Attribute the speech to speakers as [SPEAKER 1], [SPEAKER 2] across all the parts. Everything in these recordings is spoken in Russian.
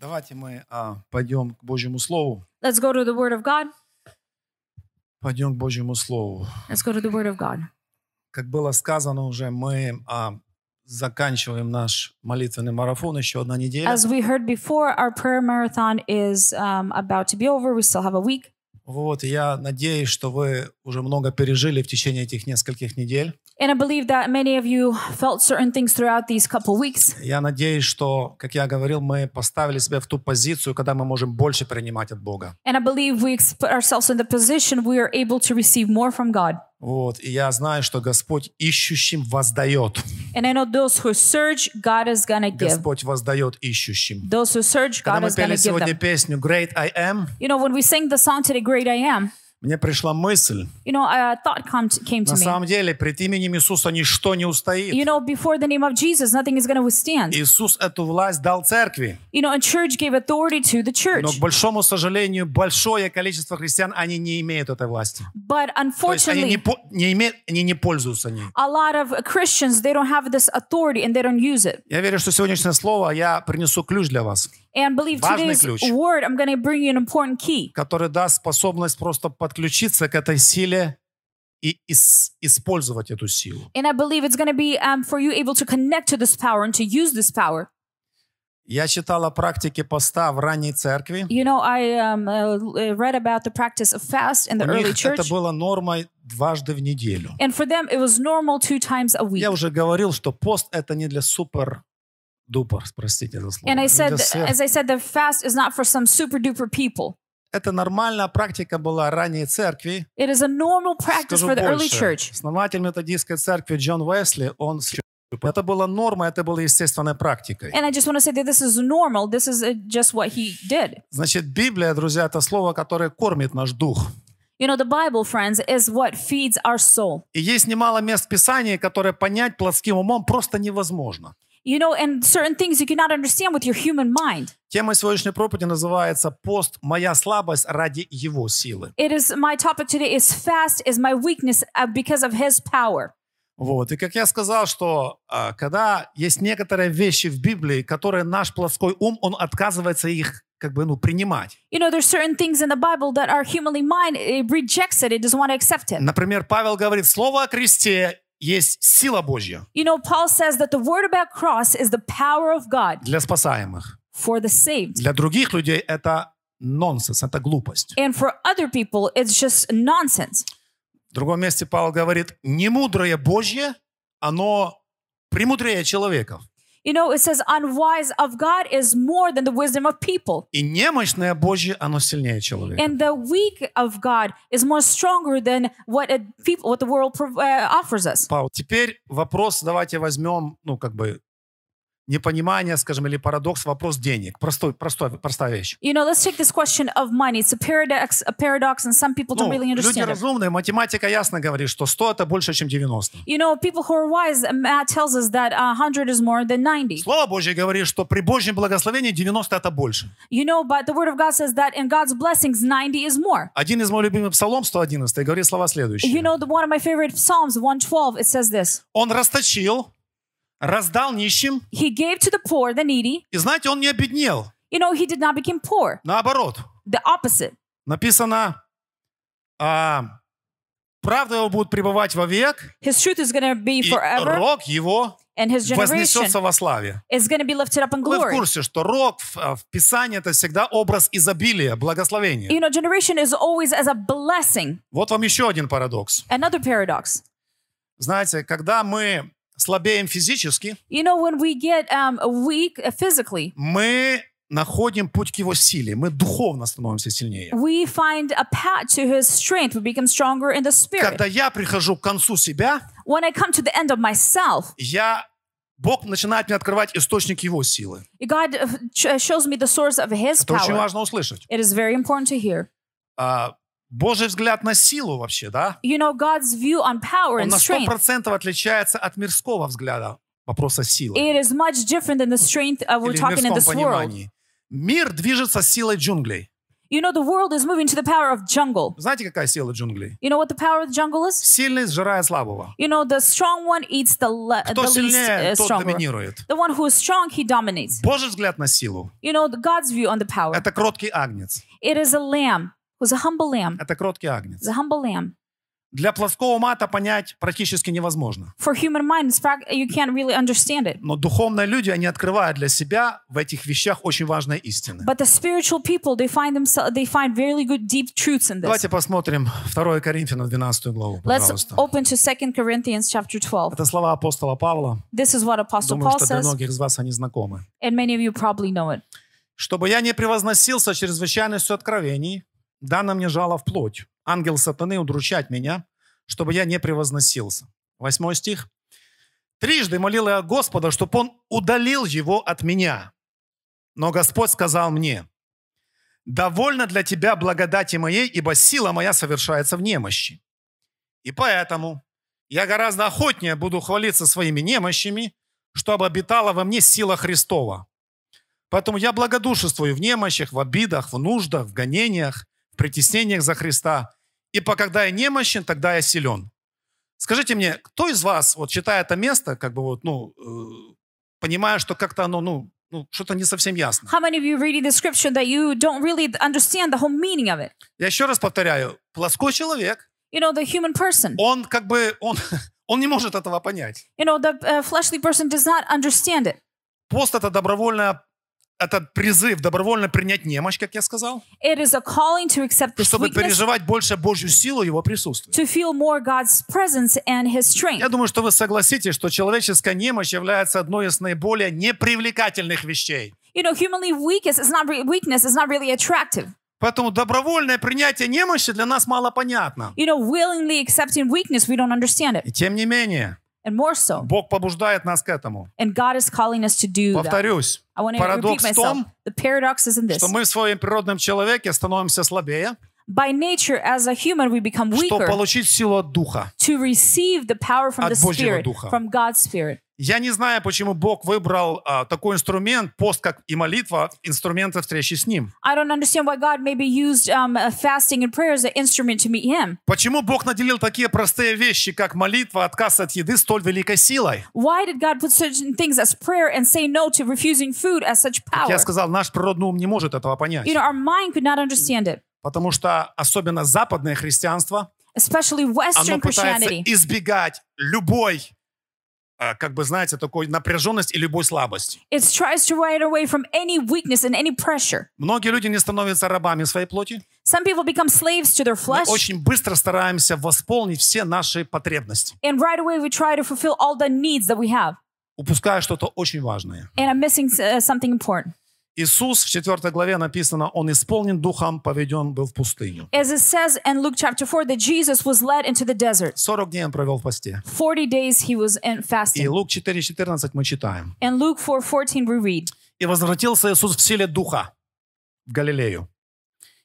[SPEAKER 1] Давайте мы а, пойдем к Божьему Слову.
[SPEAKER 2] Let's go to the Word of God.
[SPEAKER 1] Пойдем к Божьему Слову.
[SPEAKER 2] Let's go to the Word of God.
[SPEAKER 1] Как было сказано уже, мы а, заканчиваем наш молитвенный марафон. Еще одна неделя.
[SPEAKER 2] As we heard before, our prayer marathon is um, about to be over. We still have a week.
[SPEAKER 1] Вот, и я надеюсь, что вы уже много пережили в течение этих нескольких недель.
[SPEAKER 2] And I believe that many of you felt certain things throughout these couple weeks.
[SPEAKER 1] Я надеюсь, что, как я говорил, мы поставили себя в ту позицию, когда мы можем больше принимать от Бога.
[SPEAKER 2] And I believe we ex- put ourselves in the position we are able to receive more from God.
[SPEAKER 1] Вот, и я знаю, что Господь ищущим воздает.
[SPEAKER 2] And I know those who search, God is going to give.
[SPEAKER 1] Господь воздает ищущим.
[SPEAKER 2] Those who search,
[SPEAKER 1] Когда
[SPEAKER 2] God
[SPEAKER 1] мы
[SPEAKER 2] is going
[SPEAKER 1] пели
[SPEAKER 2] to give
[SPEAKER 1] сегодня
[SPEAKER 2] them.
[SPEAKER 1] песню «Great I Am»,
[SPEAKER 2] You know, when we sing the song today, Great I Am,
[SPEAKER 1] мне пришла мысль,
[SPEAKER 2] you know, a thought come to, came
[SPEAKER 1] на
[SPEAKER 2] to me.
[SPEAKER 1] самом деле, пред именем Иисуса ничто не
[SPEAKER 2] You
[SPEAKER 1] устоит.
[SPEAKER 2] know, before the name of Jesus, nothing is going to withstand.
[SPEAKER 1] Иисус эту власть дал церкви,
[SPEAKER 2] You know, a church gave authority to the
[SPEAKER 1] но, к
[SPEAKER 2] church.
[SPEAKER 1] большому сожалению, большое количество христиан, они не имеют этой власти.
[SPEAKER 2] But
[SPEAKER 1] То есть они не,
[SPEAKER 2] unfortunately,
[SPEAKER 1] по- не, имеют, они не пользуются ней.
[SPEAKER 2] a lot of Christians, they don't have this authority and they don't use it.
[SPEAKER 1] Я верю, что сегодняшнее слово я принесу ключ для вас,
[SPEAKER 2] And believe
[SPEAKER 1] Важный
[SPEAKER 2] today's
[SPEAKER 1] ключ.
[SPEAKER 2] word, I'm going to bring you an important key
[SPEAKER 1] который даст способность просто подключиться к этой силе и ис- использовать эту силу.
[SPEAKER 2] And I believe it's going to be um, for you able to connect to this power and to use this power.
[SPEAKER 1] Я читал о практике поста в ранней церкви.
[SPEAKER 2] You know, I um, uh, read about the practice of fast in
[SPEAKER 1] У
[SPEAKER 2] the early
[SPEAKER 1] них это
[SPEAKER 2] church,
[SPEAKER 1] было нормой дважды в неделю.
[SPEAKER 2] and for them, it was normal two times a week.
[SPEAKER 1] Я уже говорил, что пост это не для супер дупер, простите за слово.
[SPEAKER 2] And I
[SPEAKER 1] не
[SPEAKER 2] said,
[SPEAKER 1] для сверх.
[SPEAKER 2] as I said, the fast is not for some super duper people.
[SPEAKER 1] Это нормальная практика была ранней церкви.
[SPEAKER 2] It is a normal practice
[SPEAKER 1] Скажу
[SPEAKER 2] for the early
[SPEAKER 1] больше.
[SPEAKER 2] church.
[SPEAKER 1] Основатель методистской церкви Джон Уэсли, он с- это была норма, это было естественной практикой.
[SPEAKER 2] And I just want to say that this is normal. This is uh, just what he did.
[SPEAKER 1] Значит, Библия, друзья, это слово, которое кормит наш дух.
[SPEAKER 2] You know, the Bible, friends, is what feeds our soul.
[SPEAKER 1] И есть немало мест Писания, которые понять плотским умом просто невозможно.
[SPEAKER 2] You know, and certain things you cannot understand with your human mind.
[SPEAKER 1] Тема сегодняшней проповеди называется «Пост. Моя слабость ради Его силы».
[SPEAKER 2] It is my topic today is fast is my weakness uh, because of his power.
[SPEAKER 1] Вот. И как я сказал, что а, когда есть некоторые вещи в Библии, которые наш плотской ум, он отказывается их как бы, ну, принимать.
[SPEAKER 2] You know, there's certain things in the Bible that our humanly mind it rejects it. It doesn't want to accept it.
[SPEAKER 1] Например, Павел говорит, слово о кресте есть сила Божья
[SPEAKER 2] You know, Paul says that the word about cross is the power of God
[SPEAKER 1] для спасаемых.
[SPEAKER 2] for the saved.
[SPEAKER 1] Для других людей это нонсенс, это глупость.
[SPEAKER 2] And for other people, it's just nonsense.
[SPEAKER 1] В другом месте Павел говорит, немудрое Божье, оно премудрее человеков.
[SPEAKER 2] You know, it says unwise of God is more than the wisdom of people.
[SPEAKER 1] И немощное Божье, оно сильнее человека.
[SPEAKER 2] And the weak of God is more stronger than what a people, what the world prov- uh, offers us.
[SPEAKER 1] Павел, теперь вопрос, давайте возьмем, ну, как бы, непонимание, скажем, или парадокс, вопрос денег. Простой, простой, простая вещь.
[SPEAKER 2] You know, let's take this question of money. It's a paradox, a paradox, and some people don't
[SPEAKER 1] Ну,
[SPEAKER 2] really
[SPEAKER 1] люди
[SPEAKER 2] understand it.
[SPEAKER 1] разумные, математика ясно говорит, что 100 это больше, чем 90.
[SPEAKER 2] You know, people who are wise, uh, Matt tells us that uh, 100 is more than 90.
[SPEAKER 1] Слово Божье говорит, что при Божьем благословении 90 это больше.
[SPEAKER 2] You know, but the Word of God says that in God's blessings, 90 is more.
[SPEAKER 1] Один из моих любимых псалом 111 говорит слова
[SPEAKER 2] You
[SPEAKER 1] следующие.
[SPEAKER 2] know, the, one of my favorite Psalms, 112, it says this
[SPEAKER 1] Он расточил, раздал нищим,
[SPEAKER 2] He gave to the poor, the needy.
[SPEAKER 1] И знаете, он не обеднел.
[SPEAKER 2] You know, He did not become poor.
[SPEAKER 1] Наоборот,
[SPEAKER 2] The opposite.
[SPEAKER 1] написано, а, правда его будет пребывать вовек,
[SPEAKER 2] His truth is going to be
[SPEAKER 1] и
[SPEAKER 2] forever,
[SPEAKER 1] рог его
[SPEAKER 2] and His generation
[SPEAKER 1] вознесется во славе.
[SPEAKER 2] is going to be lifted up in
[SPEAKER 1] Вы в
[SPEAKER 2] glory.
[SPEAKER 1] курсе, что рог в, а, в Писании это всегда образ изобилия, благословения.
[SPEAKER 2] You know, generation is always as a blessing.
[SPEAKER 1] Вот вам еще один парадокс.
[SPEAKER 2] Another paradox.
[SPEAKER 1] Знаете, когда мы слабеем физически,
[SPEAKER 2] You know, when we get um, weak uh, physically,
[SPEAKER 1] мы находим путь к его силе, мы духовно становимся сильнее.
[SPEAKER 2] we find a path to his strength. We become stronger in the spirit.
[SPEAKER 1] Когда я прихожу к концу себя,
[SPEAKER 2] When I come to the end of myself,
[SPEAKER 1] я, Бог начинает мне открывать источник его силы.
[SPEAKER 2] God uh, ch- uh, shows me the source of his
[SPEAKER 1] Это очень
[SPEAKER 2] power.
[SPEAKER 1] важно услышать.
[SPEAKER 2] It is very important to hear.
[SPEAKER 1] а, Божий взгляд на силу вообще, да?
[SPEAKER 2] You know, God's view on power
[SPEAKER 1] Он
[SPEAKER 2] and
[SPEAKER 1] на
[SPEAKER 2] strength,
[SPEAKER 1] 100% отличается от мирского взгляда вопроса силы.
[SPEAKER 2] it is much different than the strength uh, we're
[SPEAKER 1] Или в
[SPEAKER 2] talking in
[SPEAKER 1] мирском
[SPEAKER 2] this world.
[SPEAKER 1] понимании. Мир движется силой джунглей.
[SPEAKER 2] You know, the world is moving to the power of jungle.
[SPEAKER 1] Знаете, какая сила джунглей?
[SPEAKER 2] You know what the power of the jungle is?
[SPEAKER 1] Сильный сжирает слабого.
[SPEAKER 2] You know, the strong one eats the, le- the
[SPEAKER 1] Кто
[SPEAKER 2] least
[SPEAKER 1] сильнее,
[SPEAKER 2] uh,
[SPEAKER 1] тот
[SPEAKER 2] stronger.
[SPEAKER 1] доминирует.
[SPEAKER 2] The one who is strong, he dominates.
[SPEAKER 1] Божий взгляд на силу
[SPEAKER 2] You know, the God's view on the
[SPEAKER 1] –
[SPEAKER 2] power.
[SPEAKER 1] это кроткий агнец.
[SPEAKER 2] It is a lamb who's a humble lamb.
[SPEAKER 1] Это кроткий агнец.
[SPEAKER 2] It's a humble lamb.
[SPEAKER 1] Для плоского ума это понять практически невозможно.
[SPEAKER 2] For human mind, it's prac- you can't really understand it.
[SPEAKER 1] Но духовные люди, они открывают для себя в этих вещах очень важные истины.
[SPEAKER 2] But the spiritual people, they find themselves, they find really good deep truths in this.
[SPEAKER 1] Давайте посмотрим 2 Коринфянам 12 главу,
[SPEAKER 2] Let's
[SPEAKER 1] пожалуйста.
[SPEAKER 2] open to 2 Corinthians chapter 12.
[SPEAKER 1] Это слова апостола Павла.
[SPEAKER 2] This is what Apostle
[SPEAKER 1] Думаю,
[SPEAKER 2] Paul
[SPEAKER 1] что для
[SPEAKER 2] says,
[SPEAKER 1] многих из вас они знакомы.
[SPEAKER 2] and many of you probably know it.
[SPEAKER 1] «Чтобы я не превозносился чрезвычайностью откровений, дано мне жало в плоть. Ангел сатаны удручать меня, чтобы я не превозносился». Восьмой стих. «Трижды молил я Господа, чтобы он удалил его от меня. Но Господь сказал мне, «Довольно для тебя благодати моей, ибо сила моя совершается в немощи. И поэтому я гораздо охотнее буду хвалиться своими немощами, чтобы обитала во мне сила Христова». Поэтому я благодушествую в немощах, в обидах, в нуждах, в гонениях, в притеснениях за Христа. Ибо когда я немощен, тогда я силен. Скажите мне, кто из вас, вот читая это место, как бы вот, ну, э, понимая, что как-то оно, ну, ну, что-то не совсем ясно.
[SPEAKER 2] How many of you reading the scripture that you don't really understand the whole meaning of it?
[SPEAKER 1] Я еще раз повторяю, плоской человек,
[SPEAKER 2] You know, the human person,
[SPEAKER 1] он как бы, он, он не может этого понять.
[SPEAKER 2] you know, the uh, fleshly person does not understand it.
[SPEAKER 1] Пост это добровольное, это призыв добровольно принять немощь, как я сказал,
[SPEAKER 2] It is a calling to accept this
[SPEAKER 1] чтобы
[SPEAKER 2] weakness,
[SPEAKER 1] переживать больше Божью силу и его присутствия.
[SPEAKER 2] to feel more God's presence and His strength.
[SPEAKER 1] Я думаю, что вы согласитесь, что человеческая немощь является одной из наиболее непривлекательных вещей.
[SPEAKER 2] You know, humanly weakness is not re- weakness is not really attractive.
[SPEAKER 1] Поэтому добровольное принятие немощи для нас мало понятно.
[SPEAKER 2] You know, willingly accepting weakness, we don't understand it,
[SPEAKER 1] И тем не менее,
[SPEAKER 2] and more so.
[SPEAKER 1] Бог побуждает нас к этому.
[SPEAKER 2] And God is calling us to do that.
[SPEAKER 1] Повторюсь,
[SPEAKER 2] I want to repeat
[SPEAKER 1] парадокс в
[SPEAKER 2] myself.
[SPEAKER 1] том,
[SPEAKER 2] The paradox is in this:
[SPEAKER 1] что мы в своем природном человеке становимся слабее,
[SPEAKER 2] by nature, as a human, we become
[SPEAKER 1] чтобы
[SPEAKER 2] weaker.
[SPEAKER 1] получить силу от Духа.
[SPEAKER 2] to receive the power from
[SPEAKER 1] От
[SPEAKER 2] the
[SPEAKER 1] Божьего
[SPEAKER 2] Spirit,
[SPEAKER 1] Духа.
[SPEAKER 2] from God's Spirit.
[SPEAKER 1] Я не знаю, почему Бог выбрал а, такой инструмент, пост как и молитва, инструменты встречи с Ним.
[SPEAKER 2] I don't understand why God maybe used um, uh, fasting and prayer as an instrument to meet Him.
[SPEAKER 1] Почему Бог наделил такие простые вещи, как молитва, отказ от еды, столь великой силой?
[SPEAKER 2] Why did God put certain things as prayer and say no to refusing food as such power?
[SPEAKER 1] Я сказал, наш природный ум не может этого понять.
[SPEAKER 2] You know, our mind could not understand it,
[SPEAKER 1] Потому что особенно западное христианство,
[SPEAKER 2] especially
[SPEAKER 1] оно
[SPEAKER 2] Western
[SPEAKER 1] пытается
[SPEAKER 2] Christianity.
[SPEAKER 1] избегать любой, э, как бы, знаете, такой напряженности и любой слабости.
[SPEAKER 2] It tries to ride away from any weakness and any pressure.
[SPEAKER 1] Многие люди не становятся рабами своей плоти.
[SPEAKER 2] Some people become slaves to their
[SPEAKER 1] Мы
[SPEAKER 2] flesh,
[SPEAKER 1] очень быстро стараемся восполнить все наши потребности,
[SPEAKER 2] and right away we try to fulfill all the needs that we have.
[SPEAKER 1] упуская что-то очень важное.
[SPEAKER 2] And I'm missing uh, something important.
[SPEAKER 1] Иисус в 4 главе написано, «Он исполнен духом, поведен был в пустыню».
[SPEAKER 2] As it says in Luke chapter 4, that Jesus was led into the desert.
[SPEAKER 1] 40 дней он провел в посте.
[SPEAKER 2] 40 days he was
[SPEAKER 1] И
[SPEAKER 2] in fasting.
[SPEAKER 1] Лук 4,14 мы читаем.
[SPEAKER 2] In Luke 4:14 we read,
[SPEAKER 1] И возвратился Иисус в силе Духа в Галилею.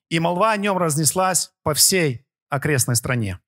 [SPEAKER 1] И молва о нем разнеслась по всей окрестной стране.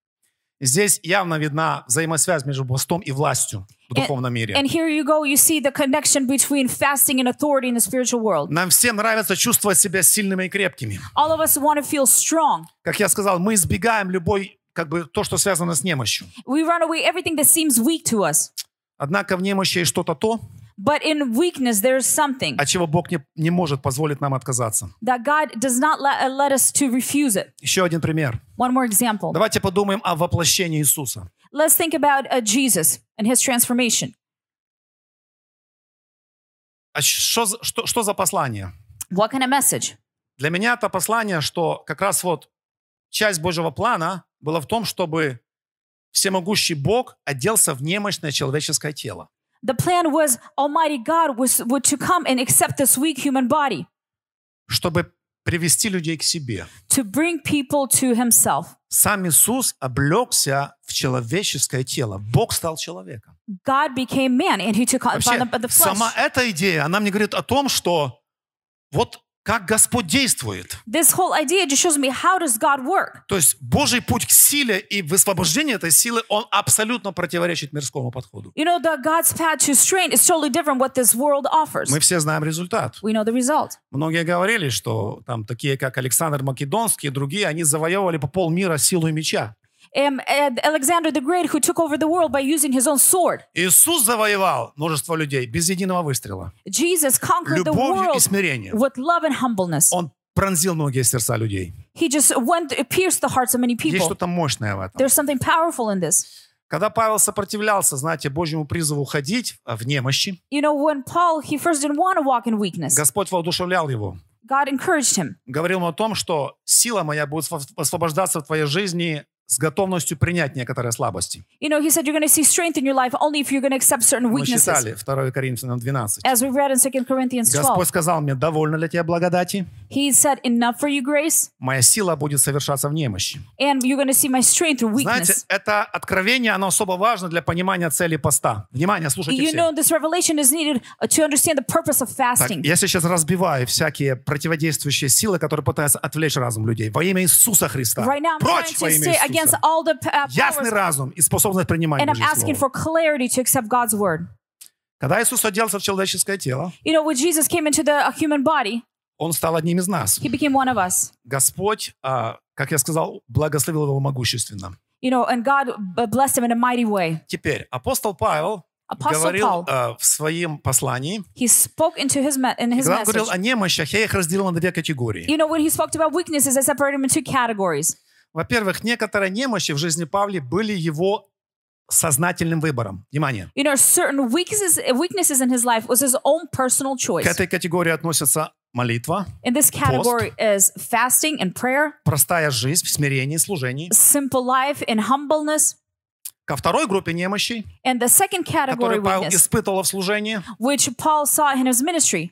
[SPEAKER 1] Здесь явно видна взаимосвязь между постом и властью в духовном мире.
[SPEAKER 2] and here you go, you see the connection between fasting and authority in the spiritual world.
[SPEAKER 1] Нам всем нравится чувствовать себя сильными и крепкими.
[SPEAKER 2] All of us want to feel strong.
[SPEAKER 1] Как я сказал, мы избегаем любой, как бы, то, что связано с немощью.
[SPEAKER 2] We run away everything that seems weak to us.
[SPEAKER 1] Однако в немощи есть что-то то,
[SPEAKER 2] But in weakness, there is something
[SPEAKER 1] от чего Бог не, не может позволить нам отказаться.
[SPEAKER 2] that God does not let, uh, let us to refuse it.
[SPEAKER 1] Еще один пример.
[SPEAKER 2] One more example.
[SPEAKER 1] Давайте подумаем о воплощении Иисуса.
[SPEAKER 2] Let's think about uh, Jesus and his transformation.
[SPEAKER 1] А что, за- что, что за послание?
[SPEAKER 2] What kind of message?
[SPEAKER 1] Для меня это послание, что как раз вот часть Божьего плана была в том, чтобы всемогущий Бог оделся в немощное человеческое тело.
[SPEAKER 2] The plan was Almighty God was, would to come and accept this weak human body
[SPEAKER 1] Чтобы привести людей к себе.
[SPEAKER 2] to bring people to himself.
[SPEAKER 1] Сам Иисус облегся в человеческое тело. Бог стал человеком.
[SPEAKER 2] God
[SPEAKER 1] Oh,
[SPEAKER 2] became man and he took on upon
[SPEAKER 1] Вообще,
[SPEAKER 2] the, the flesh.
[SPEAKER 1] сама эта идея, она мне говорит о том, что вот Как Господь действует.
[SPEAKER 2] This whole idea just shows me how does God work.
[SPEAKER 1] То есть Божий путь к силе и высвобождению этой силы, он абсолютно противоречит мирскому подходу.
[SPEAKER 2] You know, the God's path to strength is totally different what this world offers.
[SPEAKER 1] Мы все знаем результат.
[SPEAKER 2] We know the result.
[SPEAKER 1] Многие говорили, что там такие, как Александр Македонский и другие, они завоевывали по полмира силу меча.
[SPEAKER 2] Um, and Alexander the Great, who took over the world by using his own sword.
[SPEAKER 1] Иисус завоевал множество людей без единого выстрела,
[SPEAKER 2] Jesus conquered the
[SPEAKER 1] любовью и
[SPEAKER 2] world
[SPEAKER 1] смирением.
[SPEAKER 2] with love and humbleness.
[SPEAKER 1] Он пронзил многие сердца людей.
[SPEAKER 2] He just went, pierced the hearts of many
[SPEAKER 1] Есть
[SPEAKER 2] people.
[SPEAKER 1] что-то мощное в этом.
[SPEAKER 2] There's something powerful in this.
[SPEAKER 1] Когда Павел сопротивлялся, знаете, Божьему призыву ходить а, в немощи,
[SPEAKER 2] You know, when Paul, he first didn't want to walk in weakness.
[SPEAKER 1] Господь воодушевлял его.
[SPEAKER 2] God encouraged him.
[SPEAKER 1] Говорил ему о том, что сила моя будет осво- освобождаться в твоей жизни с готовностью принять некоторые слабости.
[SPEAKER 2] You know, he said you're going to see strength in your life only if you're going to accept certain
[SPEAKER 1] Мы
[SPEAKER 2] weaknesses.
[SPEAKER 1] читали
[SPEAKER 2] Э,
[SPEAKER 1] 2 Коринфянам 12.
[SPEAKER 2] As we read in 2 Corinthians 12,
[SPEAKER 1] Господь сказал мне, довольно для тебя благодати,
[SPEAKER 2] he said, Enough for you, grace,
[SPEAKER 1] моя сила будет совершаться в немощи.
[SPEAKER 2] and you're going to see my strength through
[SPEAKER 1] Знаете,
[SPEAKER 2] weakness.
[SPEAKER 1] это откровение, оно особо важно для понимания цели поста. Внимание, слушайте
[SPEAKER 2] You
[SPEAKER 1] все.
[SPEAKER 2] know, this revelation is needed uh, to understand the purpose of
[SPEAKER 1] Так,
[SPEAKER 2] fasting.
[SPEAKER 1] я сейчас разбиваю всякие противодействующие силы, которые пытаются отвлечь разум людей. Во имя Иисуса Христа.
[SPEAKER 2] Right now, I'm
[SPEAKER 1] Прочь во
[SPEAKER 2] trying to
[SPEAKER 1] имя
[SPEAKER 2] stay against
[SPEAKER 1] Иисуса.
[SPEAKER 2] all the uh,
[SPEAKER 1] Ясный
[SPEAKER 2] powers,
[SPEAKER 1] разум и способность принимать
[SPEAKER 2] and I'm
[SPEAKER 1] Божье
[SPEAKER 2] asking
[SPEAKER 1] Слово.
[SPEAKER 2] for clarity to accept God's word.
[SPEAKER 1] Когда Иисус оделся в человеческое тело,
[SPEAKER 2] You know, when Jesus came into the uh, human body,
[SPEAKER 1] Он стал одним из нас.
[SPEAKER 2] he became one of us.
[SPEAKER 1] Господь, а, как я сказал, благословил его могущественно.
[SPEAKER 2] You know, and God b- blessed him in a mighty way.
[SPEAKER 1] Теперь апостол Павел
[SPEAKER 2] Apostle
[SPEAKER 1] говорил
[SPEAKER 2] Paul,
[SPEAKER 1] а, в своем послании,
[SPEAKER 2] he spoke into his me- in
[SPEAKER 1] и
[SPEAKER 2] his
[SPEAKER 1] когда он
[SPEAKER 2] message.
[SPEAKER 1] говорил о немощах, я их разделил на две категории.
[SPEAKER 2] You know, when he spoke about weaknesses, I separated them into categories.
[SPEAKER 1] Во-первых, некоторые немощи в жизни Павла были его сознательным выбором. Внимание.
[SPEAKER 2] You know, certain weaknesses, weaknesses in his life was his own personal
[SPEAKER 1] К
[SPEAKER 2] choice.
[SPEAKER 1] этой категории относятся молитва,
[SPEAKER 2] And this category is fasting and prayer,
[SPEAKER 1] простая жизнь в смирении, служении.
[SPEAKER 2] simple life and humbleness.
[SPEAKER 1] Ко второй группе немощей,
[SPEAKER 2] And the second category
[SPEAKER 1] которую Павел
[SPEAKER 2] weakness,
[SPEAKER 1] испытывал в служении,
[SPEAKER 2] which Paul saw in his ministry,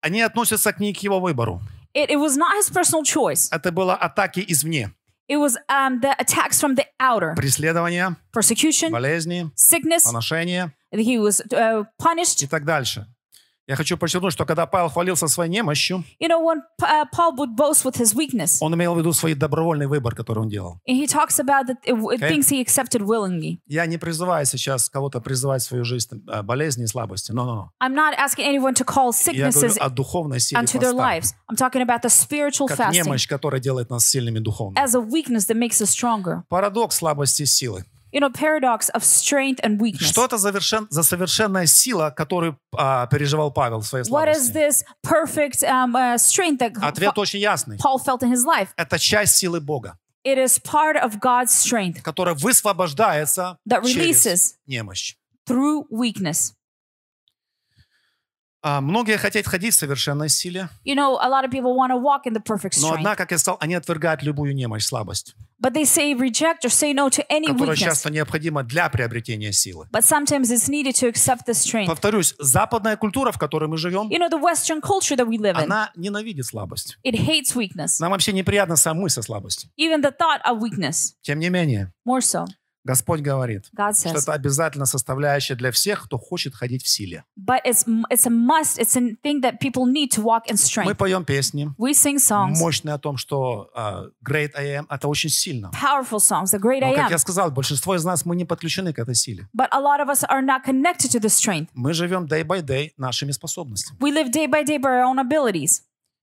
[SPEAKER 1] они относятся к ней к его выбору.
[SPEAKER 2] it, it was not his personal choice.
[SPEAKER 1] Это было атаки извне,
[SPEAKER 2] It was um, the attacks from the outer,
[SPEAKER 1] преследования,
[SPEAKER 2] persecution,
[SPEAKER 1] болезни,
[SPEAKER 2] sickness.
[SPEAKER 1] поношения
[SPEAKER 2] and He was uh,
[SPEAKER 1] и
[SPEAKER 2] punished.
[SPEAKER 1] так дальше. Я хочу подчеркнуть, что когда Павел хвалился своей немощью,
[SPEAKER 2] You know, when uh, Paul would boast with his weakness,
[SPEAKER 1] он имел в виду свой добровольный выбор, который он делал.
[SPEAKER 2] and he talks about the uh, w-
[SPEAKER 1] Okay.
[SPEAKER 2] things he accepted willingly.
[SPEAKER 1] Я не призываю сейчас кого-то призывать в свою жизнь э, болезни и слабости. Но, но, но.
[SPEAKER 2] I'm not asking anyone to call
[SPEAKER 1] Я говорю
[SPEAKER 2] sicknesses
[SPEAKER 1] о духовной силе
[SPEAKER 2] unto their
[SPEAKER 1] поста,
[SPEAKER 2] lives. I'm talking about the spiritual
[SPEAKER 1] как
[SPEAKER 2] fasting
[SPEAKER 1] немощь, которая делает нас сильными духовно.
[SPEAKER 2] as a weakness that makes us stronger.
[SPEAKER 1] Парадокс слабости и силы.
[SPEAKER 2] You know, paradox of strength and weakness.
[SPEAKER 1] Что это за, вершен- за совершенная сила, которую а, переживал Павел в своей
[SPEAKER 2] What is
[SPEAKER 1] слабости?
[SPEAKER 2] this perfect um, uh, strength that
[SPEAKER 1] Ответ
[SPEAKER 2] Fa-
[SPEAKER 1] очень ясный.
[SPEAKER 2] Paul felt in his life?
[SPEAKER 1] Это часть силы Бога,
[SPEAKER 2] It is part of God's strength
[SPEAKER 1] которая высвобождается
[SPEAKER 2] that
[SPEAKER 1] через
[SPEAKER 2] releases
[SPEAKER 1] немощь.
[SPEAKER 2] through weakness.
[SPEAKER 1] А, многие хотят ходить в совершенной силе,
[SPEAKER 2] You know, a lot of people want to walk in the perfect
[SPEAKER 1] но
[SPEAKER 2] strength,
[SPEAKER 1] одна, как я сказал, они отвергают любую немощь, слабость,
[SPEAKER 2] but they say reject or say no to any
[SPEAKER 1] которая
[SPEAKER 2] weakness.
[SPEAKER 1] часто необходима для приобретения силы.
[SPEAKER 2] But sometimes it's needed to accept the strength.
[SPEAKER 1] Повторюсь, западная культура, в которой мы живем,
[SPEAKER 2] You know, the Western culture that we live in,
[SPEAKER 1] она ненавидит слабость.
[SPEAKER 2] it hates weakness,
[SPEAKER 1] Нам вообще неприятна сама мысль о слабости.
[SPEAKER 2] even the thought of weakness,
[SPEAKER 1] Тем не менее,
[SPEAKER 2] more so.
[SPEAKER 1] Господь говорит,
[SPEAKER 2] God
[SPEAKER 1] что
[SPEAKER 2] says.
[SPEAKER 1] это обязательно составляющая для всех, кто хочет ходить в силе.
[SPEAKER 2] But it's it's a must. It's a thing that people need to walk in
[SPEAKER 1] Мы
[SPEAKER 2] strength.
[SPEAKER 1] поем песни,
[SPEAKER 2] We sing songs,
[SPEAKER 1] мощные о том, что а, Great I Am, это очень сильно.
[SPEAKER 2] powerful songs, the great I
[SPEAKER 1] Но, как
[SPEAKER 2] am.
[SPEAKER 1] я сказал, большинство из нас, мы не подключены к этой силе.
[SPEAKER 2] But a lot of us are not connected to the strength.
[SPEAKER 1] Мы живем day by day нашими способностями.
[SPEAKER 2] We live day by day by our own abilities.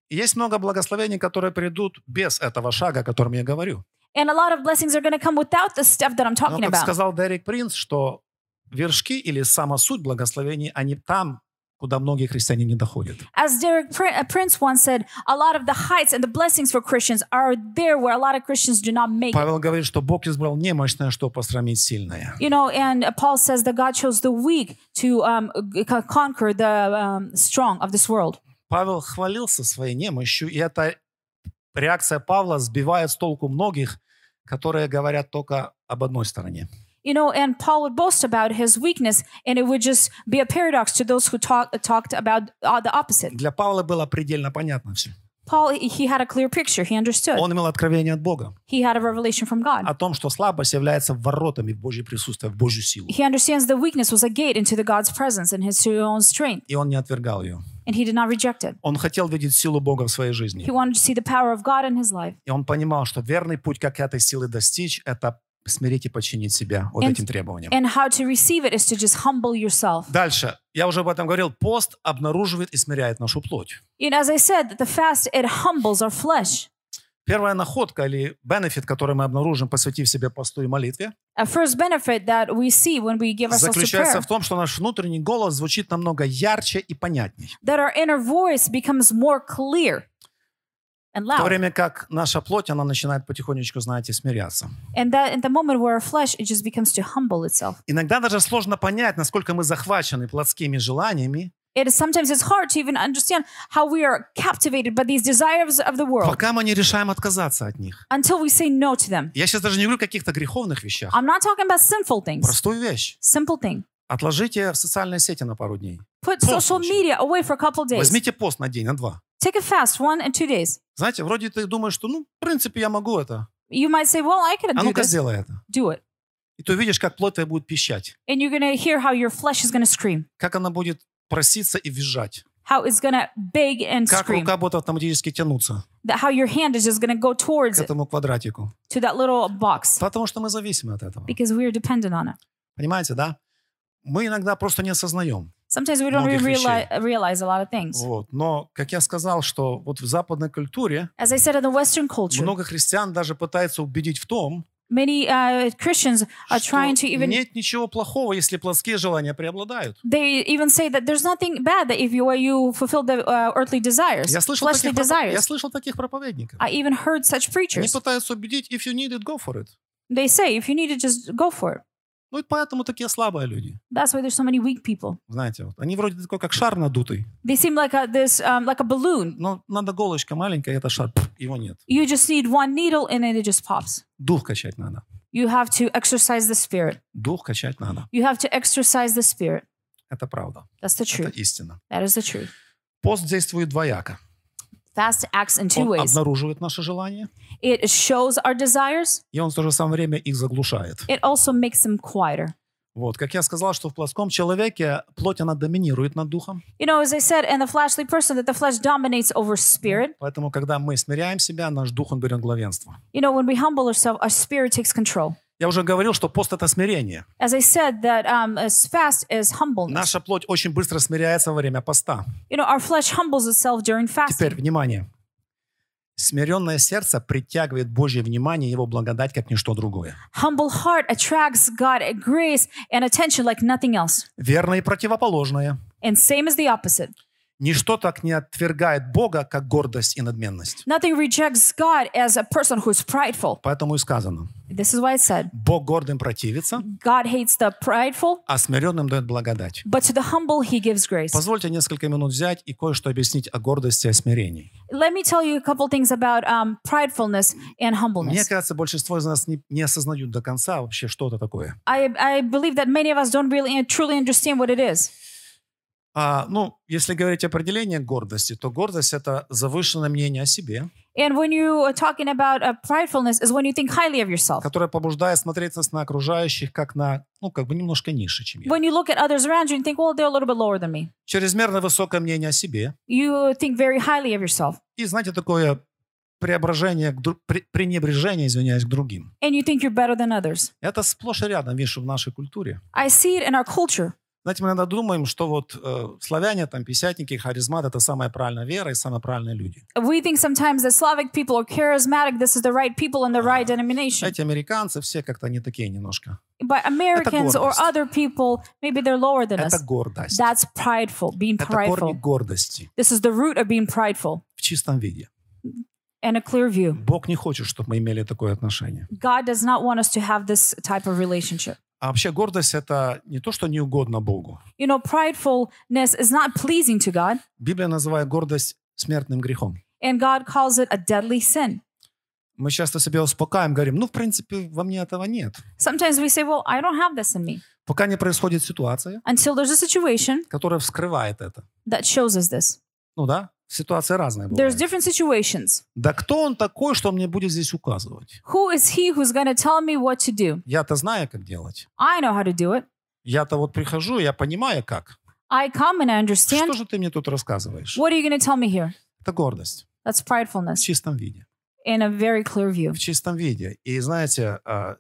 [SPEAKER 1] И есть много благословений, которые придут без этого шага, о котором я говорю.
[SPEAKER 2] And a lot of blessings are going to come without the stuff that I'm
[SPEAKER 1] Но,
[SPEAKER 2] talking
[SPEAKER 1] как
[SPEAKER 2] about.
[SPEAKER 1] сказал Дерек Принц, что вершки или сама суть благословений, они там, куда многие христиане не доходят.
[SPEAKER 2] As Derek Prin- uh, Prince once said, a lot of the heights and the blessings for Christians are there where a lot of Christians do not make it.
[SPEAKER 1] Павел говорит, что Бог избрал немощное, чтобы посрамить сильное.
[SPEAKER 2] You know, and uh, Paul says that God chose the weak to um, g- c- conquer the um, strong of this world.
[SPEAKER 1] Павел хвалился своей немощью, и эта реакция Павла сбивает с толку многих, которые говорят только об одной стороне.
[SPEAKER 2] You know, and Paul would boast about his weakness, and it would just be a paradox to those who talk, talked about uh, the opposite.
[SPEAKER 1] Для Павла было предельно понятно все.
[SPEAKER 2] Paul, he he had a clear picture. He understood.
[SPEAKER 1] Он имел откровение от Бога
[SPEAKER 2] He had a revelation from God.
[SPEAKER 1] о том, что слабость является воротами в Божье присутствие, в Божью силу.
[SPEAKER 2] He understands the weakness was a gate into the God's presence and his own strength,
[SPEAKER 1] И он не отвергал ее.
[SPEAKER 2] and he did not reject it.
[SPEAKER 1] Он хотел видеть силу Бога в своей жизни.
[SPEAKER 2] He wanted to see the power of God in his life.
[SPEAKER 1] И он понимал, что верный путь, как этой силы достичь, это смирить и подчинить себя вот
[SPEAKER 2] And-
[SPEAKER 1] этим требованиям.
[SPEAKER 2] And how to receive it is to just humble yourself.
[SPEAKER 1] Дальше. Я уже об этом говорил. Пост обнаруживает и смиряет нашу плоть.
[SPEAKER 2] And as I said, that the fast it humbles our flesh.
[SPEAKER 1] Первая находка или бенефит, который мы обнаружим, посвятив себе посту и молитве,
[SPEAKER 2] A first benefit that we see when we give ourselves to
[SPEAKER 1] заключается
[SPEAKER 2] prayer
[SPEAKER 1] в том, что наш внутренний голос звучит намного ярче и понятней.
[SPEAKER 2] that our inner voice becomes more clear and
[SPEAKER 1] В то
[SPEAKER 2] loud.
[SPEAKER 1] время как наша плоть, она начинает потихонечку, знаете, смиряться.
[SPEAKER 2] And that at the moment where our flesh it just becomes to humble itself.
[SPEAKER 1] Иногда даже сложно понять, насколько мы захвачены плотскими желаниями,
[SPEAKER 2] It is sometimes it's hard to even understand how we are captivated by these desires of the world
[SPEAKER 1] пока мы не решаем отказаться от них.
[SPEAKER 2] until we say no to them.
[SPEAKER 1] Я сейчас даже не говорю о каких-то греховных вещах.
[SPEAKER 2] I'm not talking about sinful things.
[SPEAKER 1] Простую вещь.
[SPEAKER 2] Simple thing.
[SPEAKER 1] Отложите в социальные сети на пару дней.
[SPEAKER 2] Put
[SPEAKER 1] Пост
[SPEAKER 2] social
[SPEAKER 1] лучше.
[SPEAKER 2] media away for a couple days.
[SPEAKER 1] Возьмите пост на день, на два.
[SPEAKER 2] Take a fast, one and two days.
[SPEAKER 1] Знаете, вроде ты думаешь, что, ну, в принципе, я могу это.
[SPEAKER 2] You might say, "Well, I can
[SPEAKER 1] А
[SPEAKER 2] do
[SPEAKER 1] ну-ка
[SPEAKER 2] this.
[SPEAKER 1] сделай это.
[SPEAKER 2] Do it."
[SPEAKER 1] И ты увидишь, как плоть твоя будет пищать,
[SPEAKER 2] And you're gonna hear how your flesh is gonna scream,
[SPEAKER 1] как она будет проситься и визжать,
[SPEAKER 2] how it's gonna beg and
[SPEAKER 1] как
[SPEAKER 2] scream,
[SPEAKER 1] рука будет автоматически тянуться
[SPEAKER 2] that how your hand is just gonna go
[SPEAKER 1] к
[SPEAKER 2] towards it
[SPEAKER 1] этому квадратику.
[SPEAKER 2] to that little box
[SPEAKER 1] Потому что мы зависимы от этого.
[SPEAKER 2] because we are dependent on it.
[SPEAKER 1] Понимаете, да? Мы иногда просто не осознаем.
[SPEAKER 2] Sometimes we don't
[SPEAKER 1] Многих
[SPEAKER 2] even realize, realize a lot of things.
[SPEAKER 1] Вот. Но, как я сказал, что вот в западной культуре
[SPEAKER 2] As I said, in the Western culture,
[SPEAKER 1] много христиан даже пытаются убедить в том,
[SPEAKER 2] many uh, Christians are
[SPEAKER 1] что
[SPEAKER 2] trying to even
[SPEAKER 1] нет ничего плохого, если плотские желания преобладают.
[SPEAKER 2] they even say that there's nothing bad that if you you fulfill the uh, earthly desires,
[SPEAKER 1] Я слышал,
[SPEAKER 2] fleshly
[SPEAKER 1] таких, пропо- я
[SPEAKER 2] desires.
[SPEAKER 1] слышал таких проповедников.
[SPEAKER 2] I even heard such
[SPEAKER 1] Они
[SPEAKER 2] preachers.
[SPEAKER 1] пытаются убедить, if you need it, go for it.
[SPEAKER 2] They say if you need it, just go for it.
[SPEAKER 1] Ну и поэтому такие слабые люди.
[SPEAKER 2] That's why there's so many weak people.
[SPEAKER 1] Знаете, вот. они вроде такой, как шар надутый.
[SPEAKER 2] They seem like a, this um, like a balloon.
[SPEAKER 1] Но надо голочка маленькая, и это шар, пф, его нет.
[SPEAKER 2] You just need one needle and then it just pops.
[SPEAKER 1] Дух качать надо.
[SPEAKER 2] You have to exercise the spirit.
[SPEAKER 1] Дух качать надо.
[SPEAKER 2] You have to exercise the spirit.
[SPEAKER 1] Это правда.
[SPEAKER 2] That's the
[SPEAKER 1] Это
[SPEAKER 2] truth.
[SPEAKER 1] истина.
[SPEAKER 2] That is the truth.
[SPEAKER 1] Пост действует двояко.
[SPEAKER 2] Fast acts in two
[SPEAKER 1] Он
[SPEAKER 2] ways.
[SPEAKER 1] обнаруживает наши желания,
[SPEAKER 2] It shows our desires.
[SPEAKER 1] и он в то же самое время их заглушает.
[SPEAKER 2] It also makes them quieter.
[SPEAKER 1] Вот, как я сказал, что в плоском человеке плоть, она доминирует над духом.
[SPEAKER 2] You know, as I said, in the fleshly person, that the flesh dominates over spirit.
[SPEAKER 1] Поэтому, когда мы смиряем себя, наш дух, он берет главенство.
[SPEAKER 2] You know, when we humble ourselves, our spirit takes control.
[SPEAKER 1] Я уже говорил, что пост – это смирение.
[SPEAKER 2] As I said, that um, as fast as humbleness.
[SPEAKER 1] Наша плоть очень быстро смиряется во время поста.
[SPEAKER 2] You know, our flesh humbles itself during fasting.
[SPEAKER 1] Теперь, внимание. Смиренное сердце притягивает Божье внимание и его благодать, как ничто другое.
[SPEAKER 2] Humble heart attracts God at grace and attention like nothing else.
[SPEAKER 1] Верно и противоположное.
[SPEAKER 2] And same as the opposite.
[SPEAKER 1] Ничто так не отвергает Бога, как гордость и надменность.
[SPEAKER 2] Nothing rejects God as a person who's prideful.
[SPEAKER 1] Поэтому и сказано,
[SPEAKER 2] This is why it said,
[SPEAKER 1] Бог гордым противится,
[SPEAKER 2] God hates the prideful,
[SPEAKER 1] а смиренным дает благодать.
[SPEAKER 2] but to the humble he gives grace.
[SPEAKER 1] Позвольте несколько минут взять и кое-что объяснить о гордости и о смирении.
[SPEAKER 2] Let me tell you a couple things about um, pridefulness and
[SPEAKER 1] Мне
[SPEAKER 2] humbleness.
[SPEAKER 1] кажется, большинство из нас не, не осознают до конца вообще, что это такое.
[SPEAKER 2] I, I believe that many of us don't really and truly understand what it is.
[SPEAKER 1] А, ну, если говорить определение гордости, то гордость – это завышенное мнение о себе,
[SPEAKER 2] And when you are talking about uh, pridefulness is when you think highly of yourself.
[SPEAKER 1] которое побуждает смотреться на окружающих как на, ну, как бы немножко ниже, чем я.
[SPEAKER 2] When you look at others around you and think, well, they're a little bit lower than me.
[SPEAKER 1] Чрезмерно высокое мнение о себе
[SPEAKER 2] You think very highly of yourself.
[SPEAKER 1] и, знаете, такое преображение, к дру- пре- пренебрежение, извиняюсь, к другим.
[SPEAKER 2] and you think you're better than others.
[SPEAKER 1] Это сплошь и рядом, вижу, в нашей культуре.
[SPEAKER 2] I see it in our culture.
[SPEAKER 1] Знаете, мы иногда думаем, что вот э, славяне, там, пятидесятники, харизматы – это самая правильная вера и самые правильные люди.
[SPEAKER 2] We think sometimes that Slavic people are charismatic, this is the right people and the right denomination.
[SPEAKER 1] Эти американцы все как-то не такие немножко.
[SPEAKER 2] But Americans or
[SPEAKER 1] гордость.
[SPEAKER 2] other people, maybe they're lower than
[SPEAKER 1] Это
[SPEAKER 2] us.
[SPEAKER 1] гордость.
[SPEAKER 2] That's prideful, being
[SPEAKER 1] Это корни
[SPEAKER 2] prideful.
[SPEAKER 1] гордости
[SPEAKER 2] This is the root of being prideful
[SPEAKER 1] в чистом виде.
[SPEAKER 2] and a clear view.
[SPEAKER 1] Бог не хочет, чтобы мы имели такое отношение.
[SPEAKER 2] God does not want us to have this type of relationship.
[SPEAKER 1] А вообще гордость – это не то, что не угодно Богу.
[SPEAKER 2] You know, pridefulness is not pleasing to God,
[SPEAKER 1] Библия называет гордость смертным грехом.
[SPEAKER 2] and God calls it a deadly sin.
[SPEAKER 1] Мы часто себя успокаиваем, говорим, ну, в принципе, во мне этого нет.
[SPEAKER 2] Sometimes we say, Well, I don't have this in me
[SPEAKER 1] Пока не происходит ситуация,
[SPEAKER 2] until there's a situation
[SPEAKER 1] которая вскрывает это.
[SPEAKER 2] that shows us this.
[SPEAKER 1] Ну да, ситуации разные бывают.
[SPEAKER 2] There's different situations.
[SPEAKER 1] Да кто он такой, что мне будет здесь указывать?
[SPEAKER 2] Who is he who's going to tell me what to do?
[SPEAKER 1] Я-то знаю, как делать.
[SPEAKER 2] I know how to do it.
[SPEAKER 1] Я-то вот прихожу, я понимаю, как.
[SPEAKER 2] I come and I
[SPEAKER 1] Что
[SPEAKER 2] understand.
[SPEAKER 1] же ты мне тут рассказываешь?
[SPEAKER 2] What are you going to tell me here?
[SPEAKER 1] Это гордость
[SPEAKER 2] That's
[SPEAKER 1] в
[SPEAKER 2] pridefulness
[SPEAKER 1] чистом виде.
[SPEAKER 2] in a very clear view.
[SPEAKER 1] В чистом виде. И знаете, а,